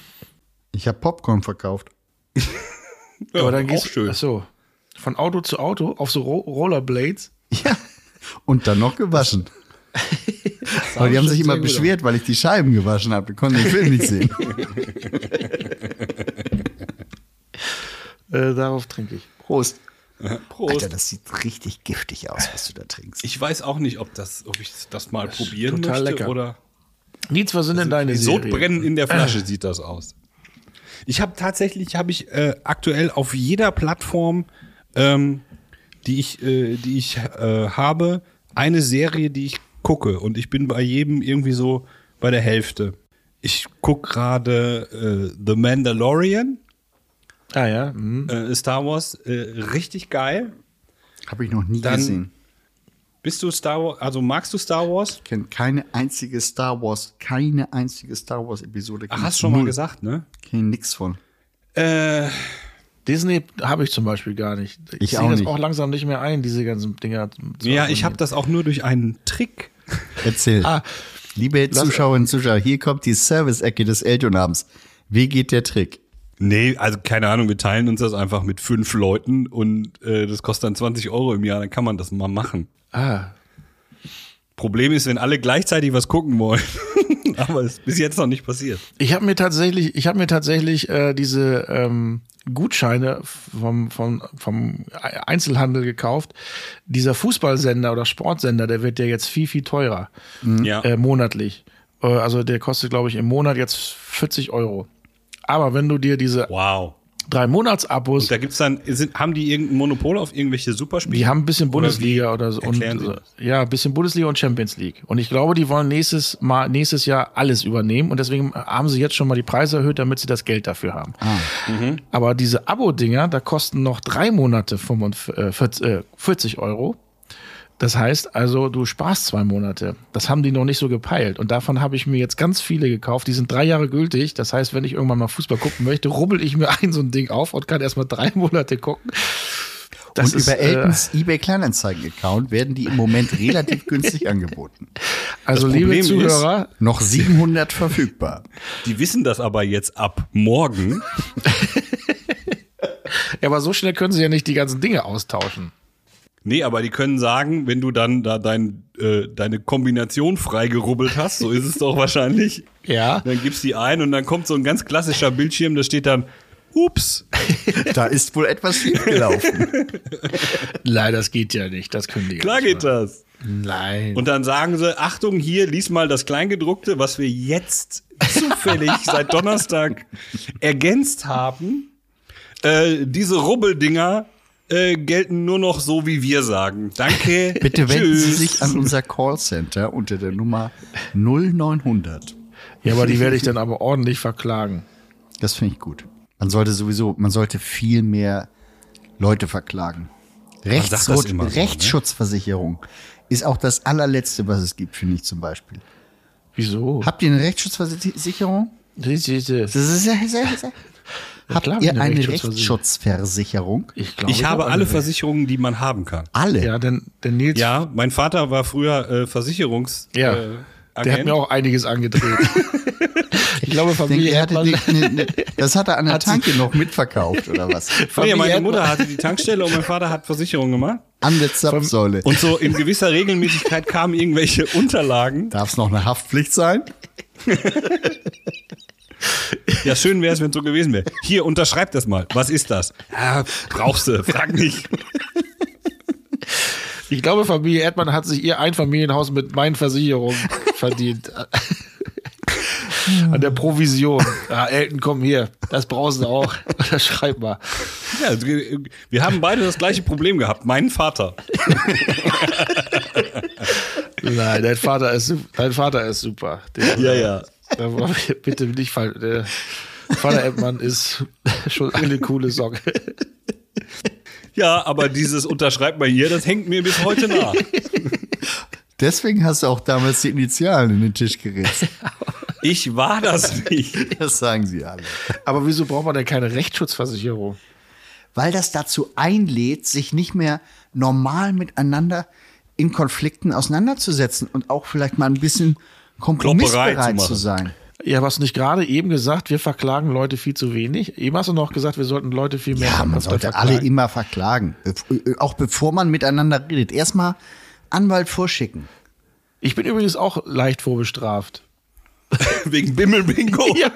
Speaker 3: ich habe Popcorn verkauft.
Speaker 4: Ja,
Speaker 2: aber dann
Speaker 4: auch
Speaker 2: gehst Also,
Speaker 4: schön.
Speaker 2: Ach so. Von Auto zu Auto auf so Ro Rollerblades.
Speaker 3: Ja. Und dann noch gewaschen. Aber die haben
Speaker 2: schon
Speaker 3: sich immer
Speaker 2: sehr gut
Speaker 3: beschwert, weil ich die Scheiben gewaschen habe. Die konnten den Film nicht sehen.
Speaker 2: Äh, darauf trinke ich.
Speaker 3: Prost.
Speaker 4: Prost.
Speaker 3: Alter, das sieht richtig giftig aus, was du da trinkst.
Speaker 4: Ich weiß auch nicht, ob, das, ob ich das mal probieren
Speaker 2: total
Speaker 4: möchte
Speaker 2: lecker.
Speaker 4: oder.
Speaker 2: Nietz, was sind denn deine Serien?
Speaker 4: Sodbrennen in der Flasche sieht das aus. Ich habe tatsächlich, habe ich äh, aktuell auf jeder Plattform, ähm, die ich, äh, die ich äh, habe, eine Serie, die ich gucke. Und ich bin bei jedem irgendwie so bei der Hälfte. Ich gucke gerade äh, The Mandalorian,
Speaker 2: Ah ja, mhm.
Speaker 4: äh, Star Wars, äh, richtig geil.
Speaker 3: Habe ich noch nie
Speaker 4: Dann-
Speaker 3: gesehen.
Speaker 4: Bist du Star Wars, also magst du Star Wars?
Speaker 3: Ich kenne keine einzige Star Wars, keine einzige Star Wars Episode.
Speaker 4: Ach,
Speaker 3: kenn
Speaker 4: hast
Speaker 3: ich
Speaker 4: schon mal
Speaker 3: null.
Speaker 4: gesagt, ne?
Speaker 3: Kenn nix von.
Speaker 4: Äh,
Speaker 2: Disney habe ich zum Beispiel gar nicht.
Speaker 3: Ich
Speaker 2: sehe
Speaker 3: auch
Speaker 2: das
Speaker 3: nicht.
Speaker 2: auch langsam nicht mehr ein, diese ganzen Dinger. zu
Speaker 4: ja, ich
Speaker 2: abonnieren.
Speaker 4: habe das auch nur durch einen Trick.
Speaker 3: Erzähl.
Speaker 2: Ah,
Speaker 3: Liebe Zuschauerinnen und Zuschauer, hier kommt die Service-Ecke des Elternabends. Wie geht der Trick?
Speaker 4: Nee, also keine Ahnung, wir teilen uns das einfach mit fünf Leuten und äh, das kostet dann 20 Euro im Jahr, dann kann man das mal machen.
Speaker 2: ah,
Speaker 4: Problem ist, wenn alle gleichzeitig was gucken wollen. Aber es ist bis jetzt noch nicht passiert.
Speaker 2: Ich habe mir tatsächlich, ich habe mir tatsächlich äh, diese ähm, Gutscheine vom, vom, vom Einzelhandel gekauft. Dieser Fußballsender oder Sportsender, der wird ja jetzt viel, viel teurer
Speaker 4: Ja.
Speaker 2: äh, monatlich. Äh, also der kostet, glaube ich, im Monat jetzt 40 Euro. Aber wenn du dir diese
Speaker 4: Wow.
Speaker 2: drei
Speaker 4: Und
Speaker 2: Monats-Abos,
Speaker 4: da gibt's dann, sind, haben die irgendein Monopol auf irgendwelche Superspiele?
Speaker 2: die haben ein bisschen Bundesliga oder so. Und,
Speaker 4: erklären Sie
Speaker 2: äh,
Speaker 4: das?
Speaker 2: ja, ein bisschen Bundesliga und Champions League. Und ich glaube, die wollen nächstes Mal, nächstes Jahr alles übernehmen. Und deswegen haben sie jetzt schon mal die Preise erhöht, damit sie das Geld dafür haben.
Speaker 3: Ah.
Speaker 4: Mhm.
Speaker 2: Aber diese Abo-Dinger, da kosten noch drei Monate 45, äh, 40, äh, 40 Euro. Das heißt also, du sparst zwei Monate. Das haben die noch nicht so gepeilt. Und davon habe ich mir jetzt ganz viele gekauft. Die sind drei Jahre gültig. Das heißt, wenn ich irgendwann mal Fußball gucken möchte, rubbel ich mir ein so ein Ding auf und kann erstmal drei Monate gucken. Das
Speaker 3: und
Speaker 2: ist,
Speaker 3: über
Speaker 2: äh,
Speaker 3: Eltons eBay Kleinanzeigen-Account werden die im Moment relativ günstig angeboten.
Speaker 2: Also,
Speaker 4: Das
Speaker 2: liebe
Speaker 4: Problem ist-
Speaker 2: Zuhörer,
Speaker 3: Noch 700 verfügbar.
Speaker 4: Die wissen das aber jetzt ab morgen.
Speaker 2: ja, aber so schnell können sie ja nicht die ganzen Dinge austauschen.
Speaker 4: Nee, aber die können sagen, wenn du dann da dein, äh, deine Kombination freigerubbelt hast, so ist es doch wahrscheinlich.
Speaker 2: Ja.
Speaker 4: Dann gibst die ein und dann kommt so ein ganz klassischer Bildschirm, da steht dann, ups,
Speaker 3: Da ist wohl etwas schiefgelaufen.
Speaker 2: Nein, das geht ja nicht. Das können die gar
Speaker 4: klar
Speaker 2: nicht
Speaker 4: geht das.
Speaker 2: machen. Nein.
Speaker 4: Und dann sagen sie, Achtung, hier, lies mal das Kleingedruckte, was wir jetzt zufällig seit Donnerstag ergänzt haben. Äh, diese Rubbeldinger äh, gelten nur noch so, wie wir sagen. Danke.
Speaker 3: Bitte wenden Sie
Speaker 4: Tschüss.
Speaker 3: sich an unser Callcenter unter der Nummer 0900.
Speaker 2: ja, aber die werde ich dann aber ordentlich verklagen.
Speaker 3: Das finde ich gut. Man sollte sowieso, man sollte viel mehr Leute verklagen.
Speaker 4: sagt das
Speaker 3: Rechtsschutz,
Speaker 4: immer so, ne?
Speaker 3: Rechtsschutzversicherung ist auch das allerletzte, was es gibt, finde ich zum Beispiel.
Speaker 2: Wieso?
Speaker 3: Habt ihr eine Rechtsschutzversicherung?
Speaker 2: Ich
Speaker 3: Das ist sehr, sehr, sehr. Habt
Speaker 2: klar,
Speaker 3: ihr
Speaker 2: eine
Speaker 3: eine
Speaker 2: Rechtsschutzversicherung.
Speaker 3: Rechtsschutzversicherung?
Speaker 2: glaube,
Speaker 4: Ich habe
Speaker 2: Versicherungen.
Speaker 4: alle Versicherungen, die man haben kann.
Speaker 3: Alle.
Speaker 2: Ja, denn, denn Nils,
Speaker 4: Ja, mein Vater war früher äh, Versicherungs.
Speaker 2: Ja.
Speaker 4: Äh,
Speaker 2: der hat
Speaker 4: Agent.
Speaker 2: mir auch einiges angedreht. ich glaube,
Speaker 3: Ich denke,
Speaker 2: Familie
Speaker 3: er hatte
Speaker 2: Erdmann,
Speaker 3: eine, eine, eine, ne, das hat er an der Tanke noch mitverkauft, oder was?
Speaker 4: Nee,
Speaker 2: Familie
Speaker 4: meine
Speaker 2: Erdmann-
Speaker 4: Mutter hatte die Tankstelle und mein Vater hat Versicherungen gemacht.
Speaker 3: An der Zapfsäule.
Speaker 4: Und so in gewisser Regelmäßigkeit kamen irgendwelche Unterlagen.
Speaker 3: Darf es noch eine Haftpflicht sein?
Speaker 4: Ja, schön wäre es, wenn es so gewesen wäre. Hier, unterschreib das mal. Was ist das? Ja, brauchst du, frag nicht.
Speaker 2: ich glaube, Familie Erdmann hat sich ihr Einfamilienhaus mit meinen Versicherungen verdient. An der Provision. Ja, Elton, komm hier. Das brauchst du auch. Unterschreib mal.
Speaker 4: Ja, wir haben beide das gleiche Problem gehabt. Mein Vater.
Speaker 2: Nein, dein Vater ist, su- dein Vater ist super. Der,
Speaker 4: Ja, ja.
Speaker 2: Da war- bitte nicht falsch. Der Vater Eppmann ist schon eine coole Socke.
Speaker 4: Ja, aber dieses unterschreib mal hier, das hängt mir bis heute nach.
Speaker 3: Deswegen hast du auch damals die Initialen in den Tisch geritzt.
Speaker 4: Ich war das nicht.
Speaker 3: Das sagen sie alle.
Speaker 2: Aber wieso braucht man denn keine Rechtsschutzversicherung?
Speaker 3: Weil das dazu einlädt, sich nicht mehr normal miteinander in Konflikten auseinanderzusetzen und auch vielleicht mal ein bisschen
Speaker 4: Klopperei zu
Speaker 3: kompromissbereit
Speaker 4: machen.
Speaker 3: zu sein.
Speaker 2: Ja, hast du nicht gerade eben gesagt, wir verklagen Leute viel zu wenig? Eben hast du noch gesagt, wir sollten Leute viel mehr
Speaker 3: Ja, man sollte alle immer verklagen. Bef- äh, Auch bevor man miteinander redet. Erstmal Anwalt vorschicken.
Speaker 2: Ich bin übrigens auch leicht vorbestraft.
Speaker 4: Wegen Bimmelbingo.
Speaker 2: Ja.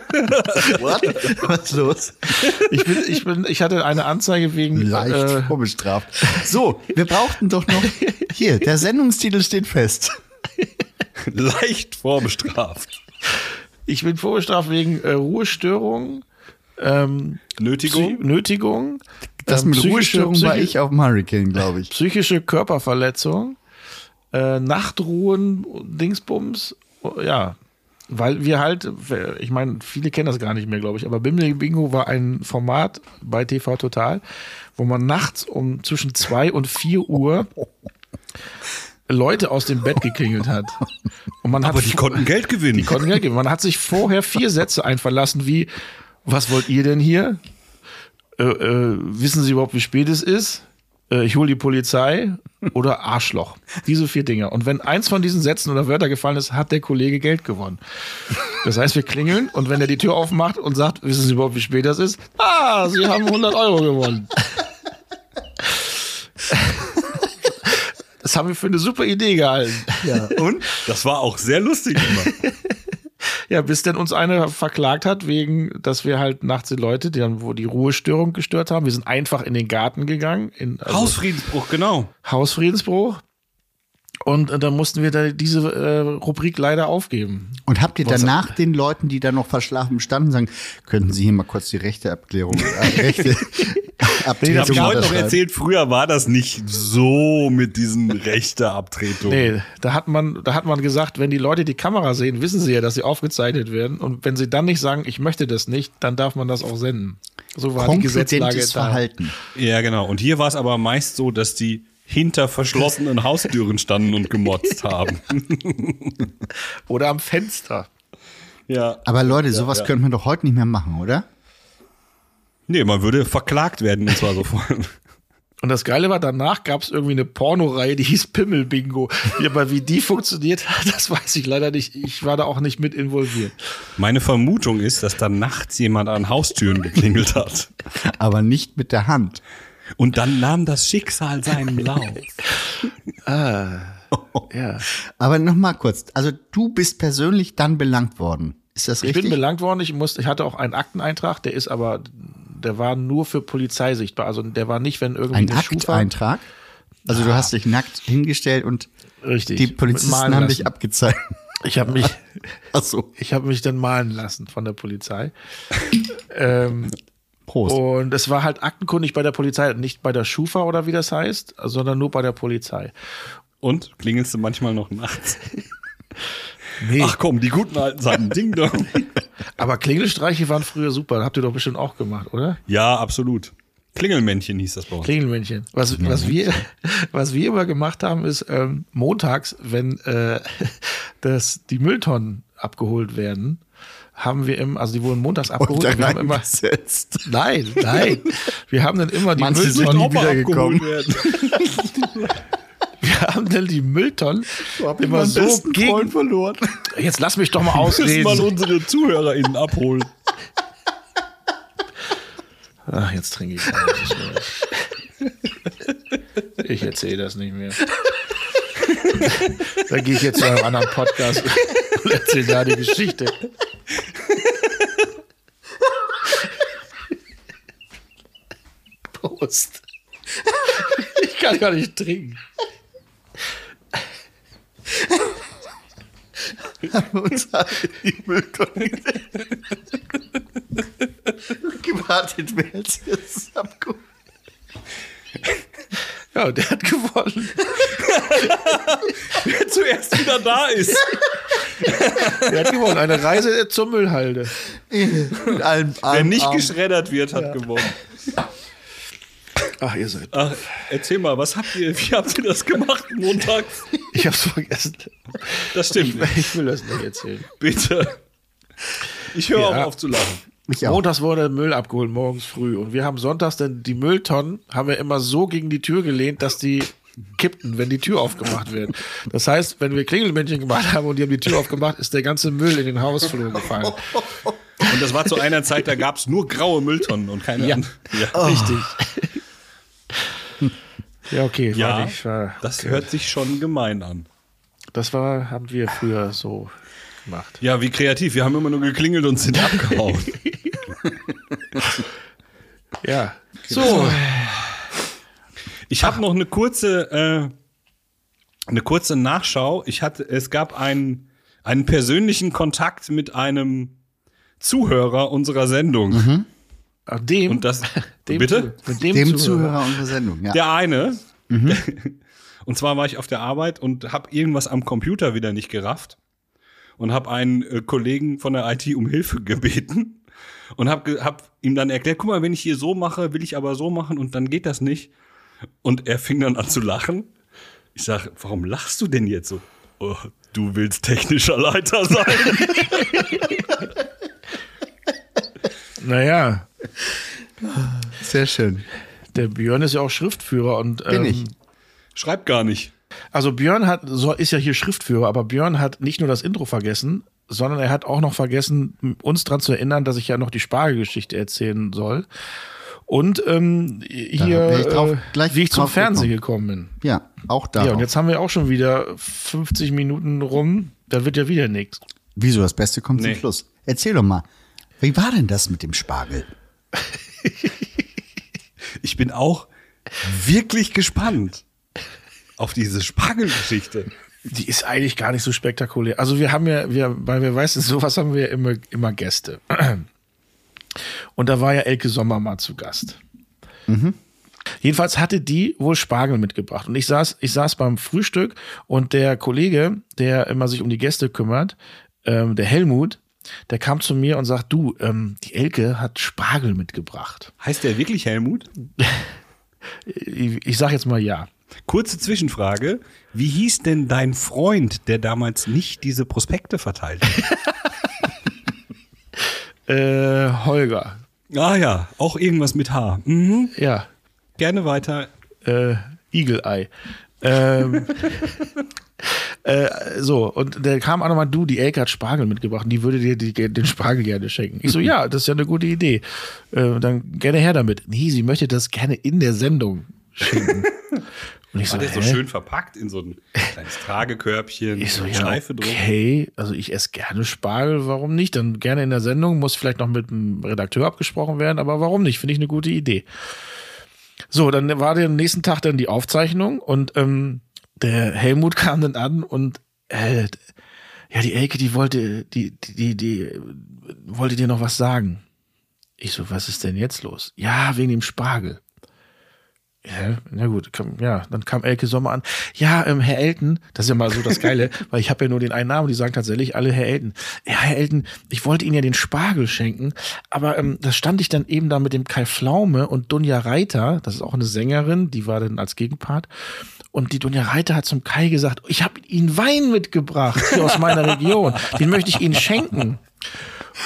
Speaker 3: What? Was ist los?
Speaker 2: Ich, bin, ich, bin, ich hatte eine Anzeige wegen
Speaker 3: Leicht
Speaker 2: äh,
Speaker 3: vorbestraft. So, wir brauchten doch noch. Hier, der Sendungstitel steht fest.
Speaker 4: Leicht vorbestraft.
Speaker 2: Ich bin vorbestraft wegen äh, Ruhestörung, ähm, Psy-
Speaker 4: Nötigung.
Speaker 2: Nötigung,
Speaker 3: Das
Speaker 2: ähm,
Speaker 3: mit
Speaker 2: psychische-
Speaker 3: Ruhestörung war
Speaker 2: psychi-
Speaker 3: ich auf dem Hurricane, glaube ich.
Speaker 2: Psychische Körperverletzung, äh, Nachtruhen, Dingsbums, oh, ja. Weil wir halt, ich meine, viele kennen das gar nicht mehr, glaube ich, aber Bimble Bingo war ein Format bei TV Total, wo man nachts um zwischen 2 und 4 Uhr Leute aus dem Bett geklingelt hat. Und man
Speaker 4: Aber
Speaker 2: hat
Speaker 4: die konnten Geld gewinnen.
Speaker 2: Die konnten Geld geben. Man hat sich vorher vier Sätze einverlassen wie, was wollt ihr denn hier? Äh, äh, wissen Sie überhaupt, wie spät es ist? Äh, ich hole die Polizei oder Arschloch. Diese vier Dinge. Und wenn eins von diesen Sätzen oder Wörter gefallen ist, hat der Kollege Geld gewonnen. Das heißt, wir klingeln und wenn er die Tür aufmacht und sagt, wissen Sie überhaupt, wie spät das ist? Ah, Sie haben 100 Euro gewonnen. Das haben wir für eine super Idee gehalten.
Speaker 4: Und das war auch sehr lustig immer.
Speaker 2: Ja, bis denn uns einer verklagt hat, wegen, dass wir halt nachts die Leute, die dann, wo die Ruhestörung gestört haben, wir sind einfach in den Garten gegangen, in also
Speaker 4: Hausfriedensbruch, genau.
Speaker 2: Hausfriedensbruch. Und äh, dann mussten wir da diese äh, Rubrik leider aufgeben.
Speaker 3: Und habt ihr danach den Leuten, die da noch verschlafen standen, sagen, könnten Sie hier mal kurz die rechte Abklärung, äh, rechte
Speaker 4: Ich habe
Speaker 3: Abklärung
Speaker 4: mir heute noch
Speaker 3: unterschreiben?
Speaker 4: erzählt, früher Also war das nicht so mit diesen rechter Abtretung.
Speaker 2: Nee, da hat man, da hat man gesagt, wenn die Leute die Kamera sehen, wissen sie ja, dass sie aufgezeichnet werden. Und wenn sie dann nicht sagen, ich möchte das nicht, dann darf man das auch senden. So war die Gesetzlage
Speaker 3: Konfidentes
Speaker 2: da.
Speaker 3: Verhalten.
Speaker 4: Ja, genau. Und hier war es aber meist so, dass die hinter verschlossenen Haustüren standen und gemotzt haben.
Speaker 2: Oder am Fenster.
Speaker 4: Ja.
Speaker 3: Aber Leute, sowas
Speaker 4: ja.
Speaker 3: könnte man doch heute nicht mehr machen, oder?
Speaker 4: Nee, man würde verklagt werden, und zwar sofort.
Speaker 2: Und das Geile war, danach gab es irgendwie eine Pornoreihe, die hieß Pimmel-Bingo. Ja, Aber wie die funktioniert hat, das weiß ich leider nicht. Ich war da auch nicht mit involviert.
Speaker 4: Meine Vermutung ist, dass da nachts jemand an Haustüren geklingelt hat.
Speaker 3: Aber nicht mit der Hand.
Speaker 4: Und dann nahm das Schicksal seinen Lauf.
Speaker 2: Ja.
Speaker 3: Aber noch mal kurz. Also du bist persönlich dann belangt worden. Ist das
Speaker 2: Ich
Speaker 3: richtig?
Speaker 2: bin belangt worden, ich, musste, ich hatte auch einen Akteneintrag, der ist aber, der war nur für Polizei sichtbar. Also der war nicht, wenn irgendwie
Speaker 3: Ein
Speaker 2: eine Schufa-
Speaker 3: Akteintrag? Also du hast dich nackt hingestellt und
Speaker 2: Richtig.
Speaker 3: die Polizisten
Speaker 2: Malen
Speaker 3: haben
Speaker 2: lassen.
Speaker 3: dich abgezeigt.
Speaker 2: Ich habe mich,
Speaker 3: Ach so.
Speaker 2: ich habe mich dann malen lassen von der Polizei. ähm,
Speaker 3: Prost.
Speaker 2: Und es war halt aktenkundig bei der Polizei, und nicht bei der Schufa oder wie das heißt, sondern nur bei der Polizei.
Speaker 4: Und klingelst du manchmal noch nachts? Ach komm, die guten alten Sachen. Ding dong.
Speaker 2: Aber Klingelstreiche waren früher super. Habt ihr doch bestimmt auch gemacht, oder?
Speaker 4: Ja, absolut. Klingelmännchen hieß das bei uns.
Speaker 2: Klingelmännchen. Was, was, wir, was wir immer gemacht haben, ist ähm, montags, wenn äh, das, die Mülltonnen abgeholt werden, haben wir immer, also die wurden montags abgeholt. wir haben immer,
Speaker 3: reingesetzt.
Speaker 2: nein, nein. Wir haben dann immer die
Speaker 3: Manche sind
Speaker 2: Mülltonnen,
Speaker 3: auch nie wiedergekommen.
Speaker 4: werden.
Speaker 2: wir haben dann die Mülltonnen immer so gegen.
Speaker 3: verloren.
Speaker 2: Jetzt lass mich doch mal
Speaker 4: Müssen mal
Speaker 2: ausreden.
Speaker 4: unsere ZuhörerInnen abholen.
Speaker 2: Ach, Ah, jetzt trinke ich. gar nicht mehr. Ich erzähle das nicht mehr. Da gehe ich jetzt zu einem anderen Podcast und erzähle da die Geschichte. Prost. Ich kann gar nicht trinken.
Speaker 3: Und alle in die Mülltonne gewartet, wer als erstes abkommt.
Speaker 2: Ja, der hat gewonnen.
Speaker 4: Wer zuerst wieder da ist.
Speaker 2: Der hat gewonnen. Eine Reise zur Müllhalde.
Speaker 3: Mit allem
Speaker 4: Wer
Speaker 3: Arm,
Speaker 4: nicht
Speaker 3: Arm.
Speaker 4: geschreddert wird, hat gewonnen.
Speaker 2: Ach, ihr seid.
Speaker 4: Ach, erzähl mal, was habt ihr, wie habt ihr das gemacht montags?
Speaker 2: Ich hab's vergessen.
Speaker 4: Das stimmt nicht.
Speaker 2: Ich will das nicht erzählen.
Speaker 4: Bitte. Ich höre
Speaker 2: Ja.
Speaker 4: auch auf zu lachen.
Speaker 3: Ich auch.
Speaker 2: Montags wurde Müll abgeholt, morgens früh. Und wir haben sonntags dann die Mülltonnen, haben wir immer so gegen die Tür gelehnt, dass die kippten, wenn die Tür aufgemacht wird. Das heißt, wenn wir Klingelmännchen gemacht haben und die haben die Tür aufgemacht, ist der ganze Müll in den Hausflur gefallen.
Speaker 4: Und das war zu einer Zeit, da gab es nur graue Mülltonnen und keine
Speaker 2: Ja. Oh.
Speaker 4: anderen. Ja,
Speaker 2: Richtig. Ja, okay,
Speaker 4: Ja,
Speaker 2: warte, ich war,
Speaker 4: das hört sich schon gemein an.
Speaker 2: das war, haben wir früher so gemacht.
Speaker 4: Ja, wie kreativ. Wir haben immer nur geklingelt und sind abgehauen.
Speaker 2: Ja.
Speaker 4: So. Ich habe noch eine kurze, äh, eine kurze Nachschau. Ich hatte, es gab einen, einen persönlichen Kontakt mit einem Zuhörer unserer Sendung.
Speaker 2: Ach, dem,
Speaker 4: Und das,
Speaker 2: dem
Speaker 4: bitte?
Speaker 2: Zu- Mit dem,
Speaker 3: Dem
Speaker 2: Zuhörer.
Speaker 3: Zuhörer unserer Sendung, ja.
Speaker 4: Der eine. Und zwar war ich auf der Arbeit und habe irgendwas am Computer wieder nicht gerafft und habe einen äh, Kollegen von der IT um Hilfe gebeten und habe ge hab ihm dann erklärt, guck mal, wenn ich hier so mache, will ich aber so machen und dann geht das nicht. Und er fing dann an zu lachen. Ich sage, warum lachst du denn jetzt so? Oh, du willst technischer Leiter sein.
Speaker 2: Naja,
Speaker 3: Sehr schön.
Speaker 2: der Björn ist ja auch Schriftführer und ähm,
Speaker 3: Bin ich.
Speaker 4: Schreib gar nicht.
Speaker 2: Also Björn hat, so ist ja hier Schriftführer, aber Björn hat nicht nur das Intro vergessen, sondern er hat auch noch vergessen, uns dran zu erinnern, dass ich ja noch die Spargelgeschichte erzählen soll. Und ähm, hier,
Speaker 3: wäre ich drauf-
Speaker 2: äh,
Speaker 3: gleich
Speaker 2: wie ich zum
Speaker 3: drauf
Speaker 2: Fernsehen gekommen bin.
Speaker 3: Ja, auch da.
Speaker 2: Ja, und jetzt haben wir auch schon wieder 50 Minuten rum. Da wird ja wieder nichts.
Speaker 3: Wieso? Das Beste kommt
Speaker 4: Nee.
Speaker 3: zum Schluss. Erzähl doch mal, wie war denn das mit dem Spargel?
Speaker 4: Ich bin auch wirklich gespannt auf diese Spargelgeschichte.
Speaker 2: Die ist eigentlich gar nicht so spektakulär. Also wir haben ja, wir, weil wir weißen, sowas haben wir ja immer, immer Gäste. Und da war ja Elke Sommer mal zu Gast. Mhm. Jedenfalls hatte die wohl Spargel mitgebracht. Und ich saß, ich saß beim Frühstück und der Kollege, der immer sich um die Gäste kümmert, ähm, der Helmut, der kam zu mir und sagt, du, ähm, die Elke hat Spargel mitgebracht.
Speaker 4: Heißt der wirklich Helmut?
Speaker 2: Ich, ich sag jetzt mal ja.
Speaker 4: Kurze Zwischenfrage. Wie hieß denn dein Freund, der damals nicht diese Prospekte verteilt hat?
Speaker 2: Äh, Holger,
Speaker 4: ah ja, auch irgendwas mit H. Mhm.
Speaker 2: ja,
Speaker 4: Gerne weiter.
Speaker 2: äh, Eagle-Eye. Ähm, äh, so, und der kam auch nochmal, du, die Elke hat Spargel mitgebracht und die würde dir die, den Spargel gerne schenken. Ich so, ja, das ist ja eine gute Idee. Äh, dann gerne her damit. Nee, sie möchte das gerne in der Sendung schenken. Und ich so,
Speaker 4: Der ist so
Speaker 2: hä?
Speaker 4: schön verpackt in so ein kleines Tragekörbchen,
Speaker 2: Ich so,
Speaker 4: eine
Speaker 2: ja,
Speaker 4: Schleife drum.
Speaker 2: okay, also ich esse gerne Spargel, warum nicht? Dann gerne in der Sendung, muss vielleicht noch mit dem Redakteur abgesprochen werden, aber warum nicht? Finde ich eine gute Idee. So, dann war der nächsten Tag dann die Aufzeichnung und ähm, der Helmut kam dann an und äh, ja, die Elke, die wollte, die, die, die, die äh, wollte dir noch was sagen. Ich so, was ist denn jetzt los? Ja, wegen dem Spargel. Ja, na gut, kam, ja, dann kam Elke Sommer an. Ja, ähm, Herr Elton, das ist ja mal so das Geile, weil ich habe ja nur den einen Namen, die sagen tatsächlich alle Herr Elton. Ja, Herr Elton, ich wollte Ihnen ja den Spargel schenken, aber ähm, da stand ich dann eben da mit dem Kai Flaume und Dunja Reiter, das ist auch eine Sängerin, die war dann als Gegenpart. Und die Dunja Reiter hat zum Kai gesagt, ich habe Ihnen Wein mitgebracht hier aus meiner Region, den möchte ich Ihnen schenken.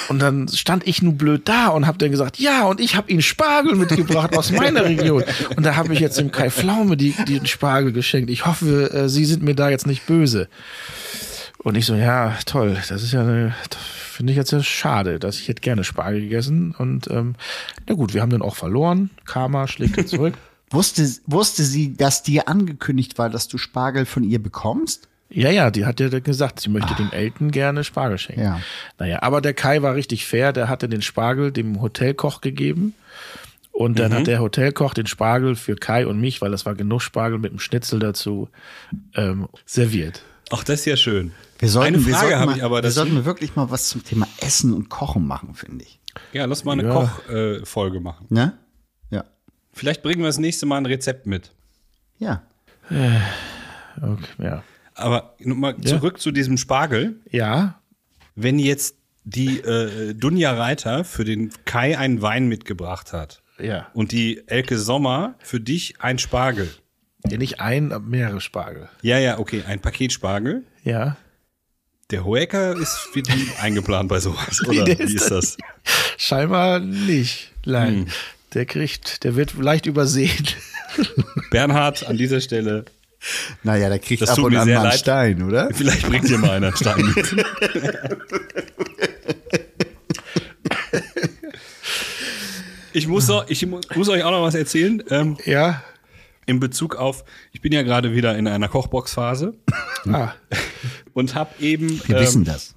Speaker 2: Und dann stand ich nun blöd da und habe dann gesagt, ja, und ich habe ihnen Spargel mitgebracht aus meiner Region. Und da habe ich jetzt dem Kai Pflaume die, den Spargel geschenkt. Ich hoffe, äh, Sie sind mir da jetzt nicht böse. Und ich so, ja, toll, das ist ja, eine- das finde ich jetzt ja schade, dass ich hätte gerne Spargel gegessen. Und ähm, na gut, wir haben dann auch verloren. Karma schlägt jetzt zurück.
Speaker 3: Wusste, wusste sie, dass dir angekündigt war, dass du Spargel von ihr bekommst?
Speaker 2: Ja, ja, die hat ja gesagt, sie möchte dem Elton gerne Spargel schenken.
Speaker 3: Ja.
Speaker 2: Naja, aber der Kai war richtig fair, der hatte den Spargel dem Hotelkoch gegeben. Und dann hat der Hotelkoch den Spargel für Kai und mich, weil das war genug Spargel mit dem Schnitzel dazu, ähm, serviert.
Speaker 4: Ach, das ist ja schön.
Speaker 3: Wir sollten,
Speaker 4: Eine
Speaker 3: wir
Speaker 4: Frage
Speaker 3: sollten
Speaker 4: habe
Speaker 3: mal-
Speaker 4: ich aber.
Speaker 3: Wir
Speaker 4: Das
Speaker 3: sollten wirklich mal was zum Thema Essen und Kochen machen, finde ich.
Speaker 4: ja, lass mal eine Kochfolge äh, Folge machen.
Speaker 3: Ne? Ja.
Speaker 4: Vielleicht bringen wir das nächste Mal ein Rezept mit.
Speaker 3: Ja.
Speaker 2: Okay, ja.
Speaker 4: Aber nochmal zurück zu diesem Spargel.
Speaker 2: Ja,
Speaker 4: Wenn jetzt die äh, Dunja Reiter für den Kai einen Wein mitgebracht hat
Speaker 2: ja.
Speaker 4: und die Elke Sommer für dich ein Spargel.
Speaker 2: ja nicht ein, aber mehrere Spargel.
Speaker 4: Ja, ja, okay, ein Paket Spargel.
Speaker 2: Ja.
Speaker 4: Der Hoeker ist wird nie eingeplant bei sowas, oder?
Speaker 2: der
Speaker 4: Wie
Speaker 2: ist
Speaker 4: ist das?
Speaker 2: Scheinbar nicht. Nein. Der kriegt, der wird leicht übersehen.
Speaker 4: Bernhard, an dieser Stelle,
Speaker 3: Naja, der kriegt
Speaker 4: Das
Speaker 3: ab
Speaker 4: tut
Speaker 3: und
Speaker 4: mir
Speaker 3: an
Speaker 4: sehr
Speaker 3: mal einen
Speaker 4: leid.
Speaker 3: Stein, oder?
Speaker 4: vielleicht bringt dir mal einer einen Stein mit. Ich muss, doch, ich mu- muss euch auch noch was erzählen. Ähm,
Speaker 2: ja.
Speaker 4: in Bezug auf, ich bin ja gerade wieder in einer Kochbox-Phase
Speaker 2: Ah.
Speaker 4: und habe eben. ähm,
Speaker 3: Wir wissen das.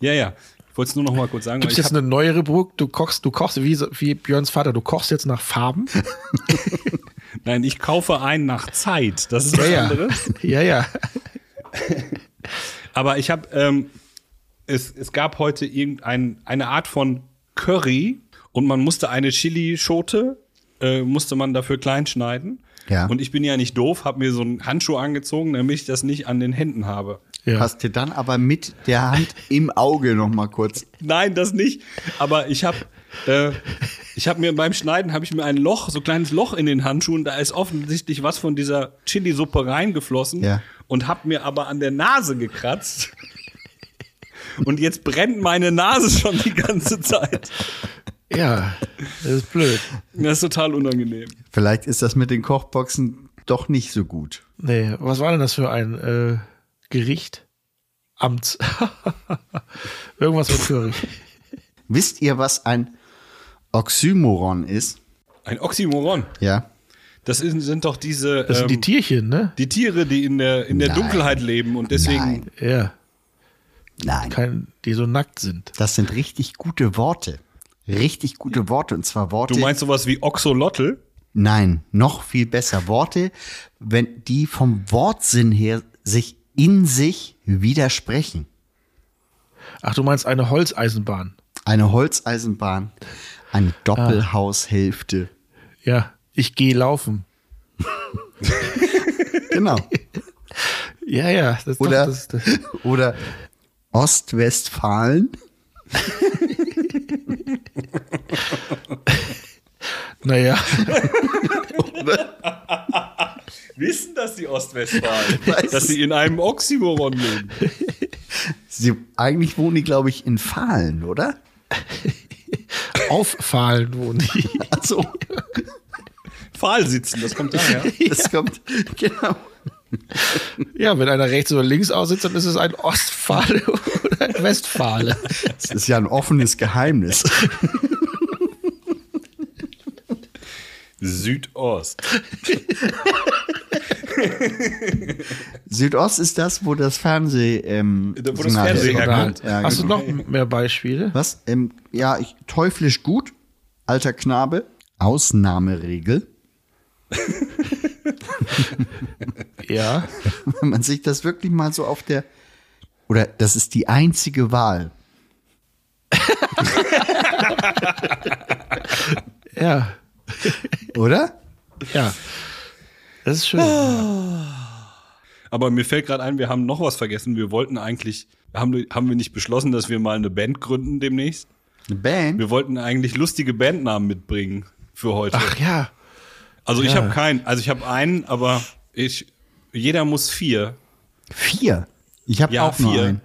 Speaker 4: Ja, ja. Ich wollte es nur noch mal kurz sagen.
Speaker 2: Gibt es
Speaker 4: weil ich
Speaker 2: jetzt eine neue Rubrik? Du kochst, du kochst wie, so- wie Björns Vater, du kochst jetzt nach Farben?
Speaker 4: hab, nein, ich kaufe einen nach Zeit. Das ist was anderes.
Speaker 2: ja, ja.
Speaker 4: Aber ich habe ähm, es, es gab heute irgendeine eine Art von Curry und man musste eine Chili-Schote, äh, musste man dafür klein schneiden.
Speaker 3: Ja.
Speaker 4: Und ich bin ja nicht doof, habe mir so einen Handschuh angezogen, damit ich das nicht an den Händen habe.
Speaker 2: Ja.
Speaker 3: Hast dir dann aber mit der Hand im Auge noch mal kurz.
Speaker 4: Nein, das nicht. Aber ich habe äh, ich habe mir beim Schneiden habe ich mir ein Loch, so ein kleines Loch in den Handschuhen, da ist offensichtlich was von dieser Chili-Suppe reingeflossen
Speaker 3: Ja.
Speaker 4: und habe mir aber an der Nase gekratzt. Und jetzt brennt meine Nase schon die ganze Zeit.
Speaker 2: ja, das ist blöd.
Speaker 4: Das ist total unangenehm.
Speaker 3: Vielleicht ist das mit den Kochboxen doch nicht so gut.
Speaker 2: Nee, was war denn das für ein äh, Gericht? Amts. Irgendwas mit Curry.
Speaker 3: Wisst ihr, was ein Oxymoron ist?
Speaker 4: Ein Oxymoron.
Speaker 3: Ja.
Speaker 4: Das sind, sind doch diese
Speaker 2: Das sind die
Speaker 4: ähm,
Speaker 2: Tierchen, ne?
Speaker 4: die Tiere, die in der in der
Speaker 3: Nein.
Speaker 4: Dunkelheit leben und deswegen
Speaker 3: Nein.
Speaker 2: Ja,
Speaker 3: Nein.
Speaker 2: kein, die so nackt sind.
Speaker 3: Das sind richtig gute Worte. Richtig gute Worte. Und zwar Worte.
Speaker 4: du meinst sowas wie Oxolotl?
Speaker 3: Nein, noch viel besser. Worte, wenn die vom Wortsinn her sich in sich widersprechen.
Speaker 2: Ach, du meinst eine Holzeisenbahn.
Speaker 3: Eine Holzeisenbahn,
Speaker 2: Ah.
Speaker 3: eine Doppelhaushälfte.
Speaker 2: Ja, ich gehe laufen.
Speaker 3: Genau.
Speaker 2: Ja, ja. Das ist doch-
Speaker 3: Oder,
Speaker 2: das, das,
Speaker 3: oder Ostwestfalen.
Speaker 2: naja,
Speaker 4: Wissen das die Ostwestfalen,
Speaker 3: Weiß
Speaker 4: dass
Speaker 3: es.
Speaker 4: sie in einem Oxymoron leben?
Speaker 3: Sie, eigentlich wohnen die, glaube ich, in Fahlen, oder?
Speaker 2: auffallen wohnen die.
Speaker 3: Also,
Speaker 4: Pfahl sitzen, das kommt daher.
Speaker 3: das kommt, genau.
Speaker 2: Ja, wenn einer rechts oder links aussitzt, dann ist es ein Ostfale oder ein Westfale.
Speaker 3: Das ist ja ein offenes Geheimnis.
Speaker 4: Südost.
Speaker 3: Südost ist das, wo das Fernseh, ähm,
Speaker 4: Da, wo das
Speaker 3: Signal
Speaker 4: Fernseh
Speaker 3: herkommt.
Speaker 4: herkommt.
Speaker 3: Ja,
Speaker 2: Hast
Speaker 3: genau.
Speaker 2: du noch mehr Beispiele?
Speaker 3: Was? Ähm, ja, ich, teuflisch gut, alter Knabe, Ausnahmeregel.
Speaker 2: Ja.
Speaker 3: Wenn man sich das wirklich mal so auf der. Oder das ist die einzige Wahl.
Speaker 2: Ja.
Speaker 3: Oder?
Speaker 2: Ja. Das ist
Speaker 3: Ah.
Speaker 2: schön.
Speaker 4: Aber mir fällt gerade ein, wir haben noch was vergessen. Wir wollten eigentlich, haben, haben wir nicht beschlossen, dass wir mal eine Band gründen demnächst?
Speaker 3: Eine Band?
Speaker 4: Wir wollten eigentlich lustige Bandnamen mitbringen für heute.
Speaker 2: Ach ja.
Speaker 4: also ich
Speaker 2: ja.
Speaker 4: habe keinen, also ich habe einen, aber ich, jeder muss vier.
Speaker 3: Vier. Ich habe
Speaker 4: Ja,
Speaker 3: auch nur
Speaker 4: vier.
Speaker 3: einen.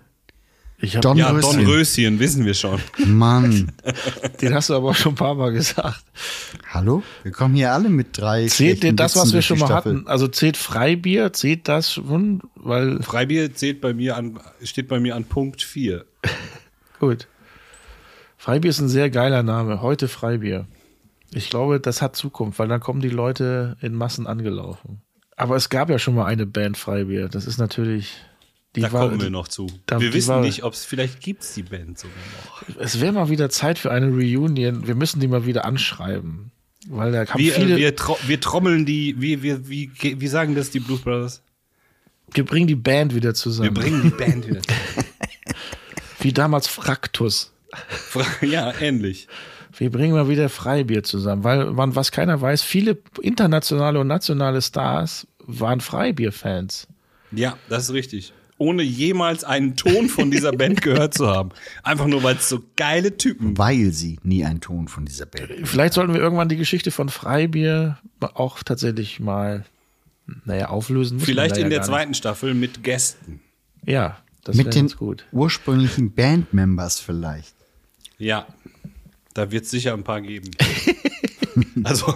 Speaker 2: Ich hab,
Speaker 3: Don
Speaker 4: Ja,
Speaker 3: Röschen.
Speaker 4: Don Röschen, wissen wir schon.
Speaker 3: Mann.
Speaker 2: den hast du aber auch schon ein paar Mal gesagt.
Speaker 3: Hallo? Wir kommen hier alle mit drei.
Speaker 2: Zählt
Speaker 3: schlechten
Speaker 2: denn das,
Speaker 3: Witzen
Speaker 2: was wir
Speaker 3: durch die
Speaker 2: schon mal
Speaker 3: Staffel.
Speaker 2: hatten? Also zählt Freibier, zählt das schon? Weil,
Speaker 4: Freibier zählt bei mir an, steht bei mir an Punkt vier.
Speaker 2: gut. Freibier ist ein sehr geiler Name. Heute Freibier. Ich glaube, das hat Zukunft, weil dann kommen die Leute in Massen angelaufen. Aber es gab ja schon mal eine Band Freibier. Das ist natürlich. Die
Speaker 4: Da
Speaker 2: war-
Speaker 4: kommen wir noch zu.
Speaker 2: da-
Speaker 4: wir
Speaker 2: die
Speaker 4: wissen
Speaker 2: war-
Speaker 4: nicht, ob es vielleicht gibt es die Band sogar noch.
Speaker 2: Es wäre mal wieder Zeit für eine Reunion. Wir müssen die mal wieder anschreiben. Weil da haben
Speaker 4: Wir, äh,
Speaker 2: viele.
Speaker 4: wir, tro wir trommeln die, wir, wir, wie, wie sagen das die Blues Brothers?
Speaker 2: wir bringen die Band wieder
Speaker 4: Wir
Speaker 2: zusammen.
Speaker 4: bringen die Band wieder.
Speaker 2: Wie damals Fraktus.
Speaker 4: zusammen. ja, ähnlich.
Speaker 2: Wir bringen mal wieder Freibier zusammen, weil man, was keiner weiß, viele internationale und nationale Stars waren Freibier-Fans.
Speaker 4: Ja, das ist richtig. Ohne jemals einen Ton von dieser Band gehört zu haben. Einfach nur, weil es so geile Typen waren.
Speaker 3: Weil sie nie einen Ton von dieser Band.
Speaker 2: Vielleicht sollten wir irgendwann die Geschichte von Freibier auch tatsächlich mal, naja, auflösen. muss man
Speaker 4: Vielleicht
Speaker 2: da
Speaker 4: in
Speaker 2: ja
Speaker 4: der
Speaker 2: gar
Speaker 4: zweiten Staffel mit Gästen.
Speaker 2: Nicht. Ja, das wäre
Speaker 3: Mit den
Speaker 2: ganz gut.
Speaker 3: ursprünglichen Bandmembers vielleicht.
Speaker 4: Ja. Da wird es sicher ein paar geben. Also,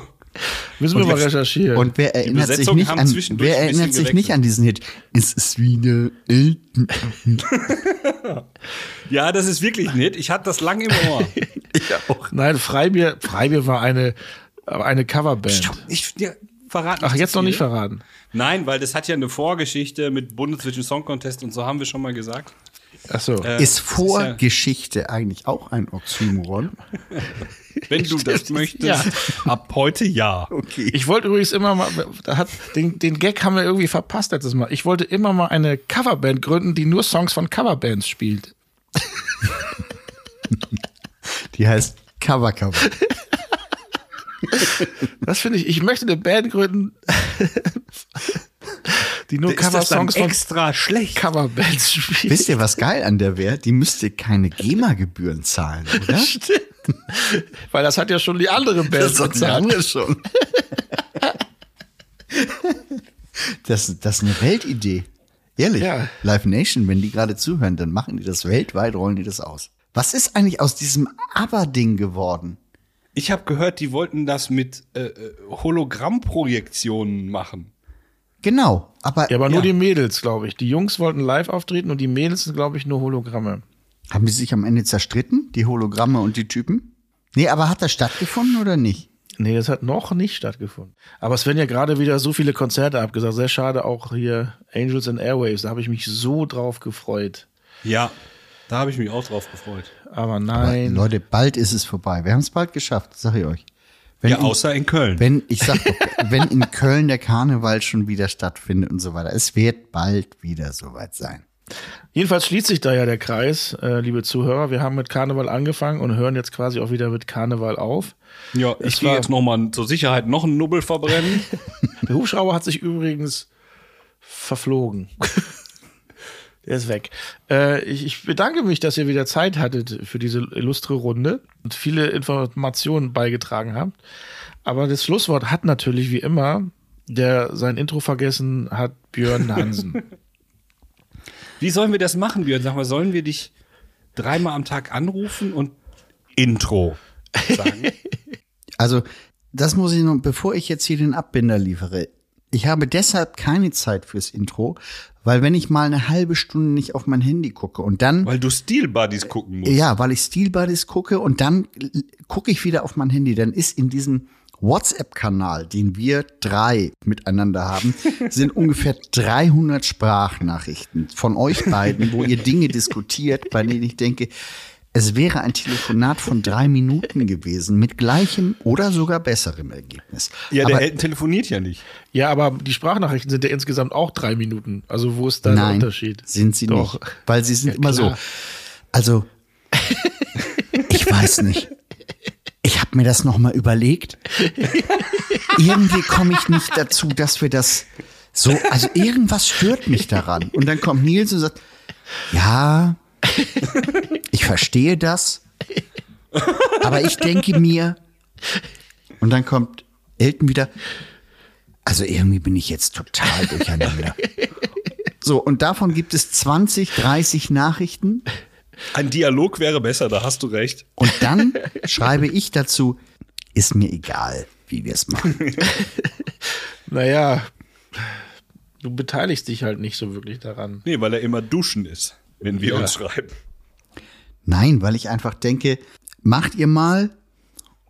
Speaker 2: Müssen wir
Speaker 4: Und
Speaker 2: mal
Speaker 4: jetzt-
Speaker 2: recherchieren.
Speaker 3: Und wer erinnert sich
Speaker 4: Besetzungen
Speaker 3: nicht
Speaker 4: haben
Speaker 3: an
Speaker 4: zwischendurch
Speaker 3: wer
Speaker 4: ein bisschen
Speaker 3: erinnert sich nicht
Speaker 4: gewechselt.
Speaker 3: an diesen Hit? Es ist wieder Elton.
Speaker 4: ja, das ist wirklich ein Hit. Ich hatte das lang im Ohr.
Speaker 2: Nein, Freibier, Freibier war eine, eine Coverband.
Speaker 4: Ich ja, verrate
Speaker 2: Ach,
Speaker 4: nicht
Speaker 2: jetzt
Speaker 4: zu
Speaker 2: noch
Speaker 4: viel.
Speaker 2: nicht verraten.
Speaker 4: Nein, weil das hat ja eine Vorgeschichte mit Bundesvision Song Contest und so haben wir schon mal gesagt.
Speaker 2: Ach so.
Speaker 4: Äh,
Speaker 3: Ist
Speaker 4: das ja-
Speaker 3: Vorgeschichte eigentlich auch ein Oxymoron?
Speaker 4: Wenn du das möchtest, ab heute ja.
Speaker 3: Okay.
Speaker 2: Ich wollte übrigens immer mal, da hat, den, den Gag haben wir irgendwie verpasst letztes Mal. Ich wollte immer mal eine Coverband gründen, die nur Songs von Coverbands spielt.
Speaker 3: Die heißt Cover Cover.
Speaker 2: Das finde ich, ich möchte eine Band gründen, die nur Cover-Songs von
Speaker 4: extra schlecht?
Speaker 2: Coverbands spielt.
Speaker 3: Wisst ihr, was geil an der wäre? Die müsste keine GEMA-Gebühren zahlen, oder?
Speaker 2: Weil das hat ja schon die andere Band bezahlt.
Speaker 3: andere schon. Das, das ist eine Weltidee. Ehrlich.
Speaker 2: Ja.
Speaker 3: Live Nation, wenn die gerade zuhören, dann machen die das weltweit, rollen die das aus. Was ist eigentlich aus diesem Aber-Ding geworden?
Speaker 4: Ich habe gehört, die wollten das mit äh, äh, Hologrammprojektionen machen.
Speaker 3: Genau, aber,
Speaker 2: Ja, aber nur
Speaker 4: Ja.
Speaker 2: die Mädels, glaube ich. Die Jungs wollten live auftreten und die Mädels sind, glaube ich, nur Hologramme.
Speaker 3: haben die sich am Ende zerstritten, die Hologramme und die Typen? Nee, aber hat das stattgefunden oder nicht?
Speaker 2: Nee, das hat noch nicht stattgefunden. Aber es werden ja gerade wieder so viele Konzerte abgesagt. Sehr schade auch hier Angels and Airwaves. Da habe ich mich so drauf gefreut.
Speaker 4: Ja, da habe ich mich auch drauf gefreut.
Speaker 2: Aber nein.
Speaker 3: Leute, bald ist es vorbei. Wir haben es bald geschafft, sag ich euch. Wenn
Speaker 4: ja,
Speaker 3: in-
Speaker 4: außer in Köln.
Speaker 3: Wenn, ich sag doch, wenn in Köln der Karneval schon wieder stattfindet und so weiter, es wird bald wieder soweit sein.
Speaker 2: Jedenfalls schließt sich da ja der Kreis, äh, liebe Zuhörer. Wir haben mit Karneval angefangen und hören jetzt quasi auch wieder mit Karneval auf.
Speaker 4: ja,
Speaker 2: es
Speaker 4: ich gehe
Speaker 2: war-
Speaker 4: jetzt noch mal zur Sicherheit noch einen Nubbel verbrennen.
Speaker 2: Der Hubschrauber hat sich übrigens verflogen. Der ist weg. Äh, ich, ich bedanke mich, dass ihr wieder Zeit hattet für diese illustre Runde und viele Informationen beigetragen habt. Aber das Schlusswort hat natürlich wie immer, der sein Intro vergessen hat, Björn Hansen.
Speaker 4: Wie sollen wir das machen, Björn? Sag mal, sollen wir dich dreimal am Tag anrufen und Intro sagen?
Speaker 3: Also, das muss ich noch, bevor ich jetzt hier den Abbinder liefere. Ich habe deshalb keine Zeit fürs Intro, weil wenn ich mal eine halbe Stunde nicht auf mein Handy gucke und dann,
Speaker 4: Weil du Steel Buddies gucken musst.
Speaker 3: ja, weil ich Steel Buddies gucke und dann l- gucke ich wieder auf mein Handy, dann ist in diesem WhatsApp-Kanal, den wir drei miteinander haben, sind ungefähr 300 Sprachnachrichten von euch beiden, wo ihr Dinge diskutiert, bei denen ich denke, es wäre ein Telefonat von drei Minuten gewesen mit gleichem oder sogar besserem Ergebnis.
Speaker 4: Ja, der
Speaker 3: Aber
Speaker 4: Elton telefoniert ja nicht.
Speaker 2: ja, aber die Sprachnachrichten sind ja insgesamt auch drei Minuten. Also wo ist da der
Speaker 3: Nein,
Speaker 2: Unterschied?
Speaker 3: sind sie
Speaker 2: Doch.
Speaker 3: nicht. Weil sie sind
Speaker 2: Ja,
Speaker 3: immer so.
Speaker 2: klar.
Speaker 3: Also, ich weiß nicht. Ich habe mir das nochmal überlegt. Irgendwie komme ich nicht dazu, dass wir das so, also irgendwas stört mich daran. Und dann kommt Nils und sagt, ja, ich verstehe das, aber ich denke mir, und dann kommt Elton wieder, also irgendwie bin ich jetzt total durcheinander. So, und davon gibt es 20, 30 Nachrichten.
Speaker 4: Ein Dialog wäre besser, da hast du recht.
Speaker 3: Und dann schreibe ich dazu, ist mir egal, wie wir es machen.
Speaker 2: Naja, du beteiligst dich halt nicht so wirklich daran.
Speaker 4: Nee, weil er immer duschen ist, wenn wir
Speaker 2: Ja.
Speaker 4: uns schreiben.
Speaker 3: Nein, weil ich einfach denke, macht ihr mal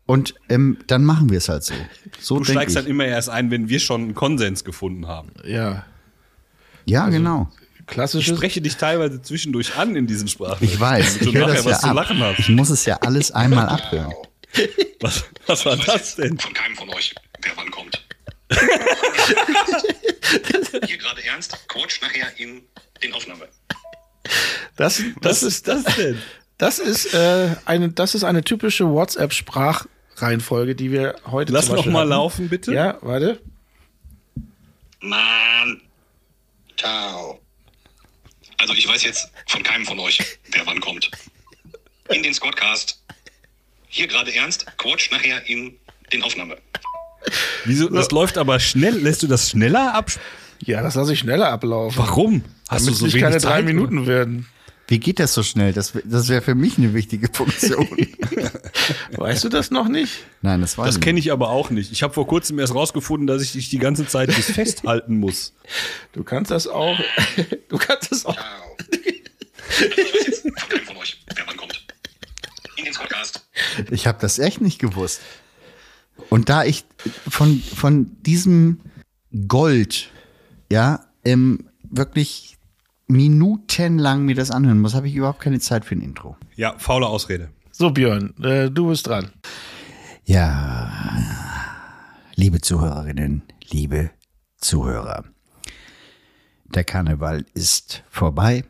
Speaker 3: und ähm, dann machen wir es halt so. So
Speaker 4: Du
Speaker 3: denke
Speaker 4: steigst
Speaker 3: ich.
Speaker 4: dann immer erst ein, wenn wir schon einen Konsens gefunden haben.
Speaker 2: Ja,
Speaker 3: ja, genau.
Speaker 4: Ich
Speaker 2: klassisches
Speaker 4: spreche dich teilweise zwischendurch an in diesen Sprachen.
Speaker 3: Ich weiß,
Speaker 4: Also, Du
Speaker 3: ich höre
Speaker 4: nachher
Speaker 3: das
Speaker 4: was zu
Speaker 3: ja ab.
Speaker 4: lachen
Speaker 3: Ich
Speaker 4: hast.
Speaker 3: muss es ja alles einmal abhören.
Speaker 4: Was, was war das denn?
Speaker 5: Von keinem von euch, wer wann kommt. Hier gerade ernst, Coach nachher in den Aufnahme.
Speaker 2: Das, das,
Speaker 4: Was ist das denn?
Speaker 2: das ist äh, eine, das ist eine typische WhatsApp-Sprachreihenfolge, die wir heute
Speaker 4: Lass
Speaker 2: zum
Speaker 4: noch
Speaker 2: Beispiel
Speaker 4: mal
Speaker 2: hatten.
Speaker 4: laufen, bitte.
Speaker 2: Ja, warte.
Speaker 5: Mann. Ciao. Also ich weiß jetzt von keinem von euch, wer wann kommt. In den Squadcast. Hier gerade ernst, Coach nachher in den Aufnahme.
Speaker 4: Wieso? Das läuft aber schnell. Lässt du das schneller ab?
Speaker 2: Ja, das lasse ich schneller ablaufen.
Speaker 4: Warum? Hast
Speaker 2: Damit
Speaker 4: du so
Speaker 2: es
Speaker 4: wenig
Speaker 2: nicht keine
Speaker 4: Zeit,
Speaker 2: drei
Speaker 4: oder?
Speaker 2: Minuten werden.
Speaker 3: Wie geht das so schnell? Das, wär- das wäre für mich eine wichtige Funktion.
Speaker 2: Weißt du das noch nicht?
Speaker 3: Nein, das weiß
Speaker 4: Das
Speaker 3: ich.
Speaker 4: kenne ich aber auch nicht. Ich habe vor kurzem erst rausgefunden, dass ich dich die ganze Zeit bis festhalten muss.
Speaker 2: Du kannst das auch. Du kannst das auch.
Speaker 5: Ciao. Also ich weiß jetzt von keinem von euch, wer wann kommt. In den Squadcast.
Speaker 3: nicht. Ich habe das echt nicht gewusst. Und da ich von, von diesem Gold, ja, ähm, wirklich minutenlang mir das anhören muss, habe ich überhaupt keine Zeit für ein Intro.
Speaker 4: Ja, faule Ausrede.
Speaker 2: So, Björn, äh, du bist dran.
Speaker 3: Ja, liebe Zuhörerinnen, liebe Zuhörer, der Karneval ist vorbei.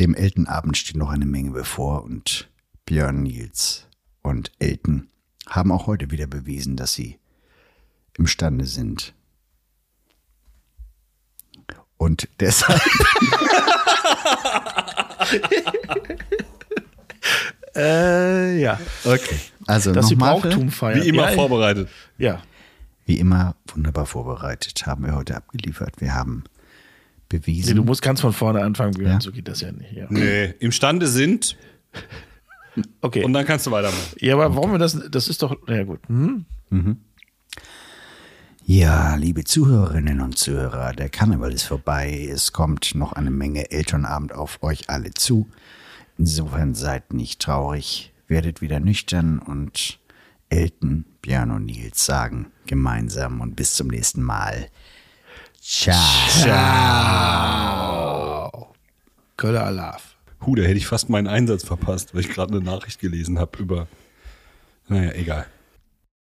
Speaker 3: Dem Eltenabend steht noch eine Menge bevor und Björn Nils und Elten haben auch heute wieder bewiesen, dass sie imstande sind. Und deshalb
Speaker 2: Äh, ja.
Speaker 3: Okay. Also
Speaker 2: Dass sie
Speaker 3: nochmal,
Speaker 2: Brauchtum feiern.
Speaker 4: Wie immer
Speaker 2: ja,
Speaker 4: vorbereitet.
Speaker 2: Ja.
Speaker 3: wie immer wunderbar vorbereitet, haben wir heute abgeliefert. Wir haben
Speaker 2: Nee,
Speaker 3: bewiesen,
Speaker 2: du musst ganz von vorne anfangen, Björn.
Speaker 3: Ja.
Speaker 2: So geht das ja nicht. Ja.
Speaker 4: Nee, imstande sind
Speaker 2: Okay.
Speaker 4: und dann kannst du weitermachen.
Speaker 2: ja, aber warum wir das? Das ist doch. Na ja, gut. Hm?
Speaker 3: Ja, liebe Zuhörerinnen und Zuhörer, der Karneval ist vorbei. Es kommt noch eine Menge Elternabend auf euch alle zu. Insofern seid nicht traurig, werdet wieder nüchtern und Elton, Björn und Nils sagen gemeinsam und bis zum nächsten Mal. Ciao.
Speaker 2: Köller Alarv.
Speaker 4: Huh, da hätte ich fast meinen Einsatz verpasst, weil ich gerade eine Nachricht gelesen habe über. Naja, egal.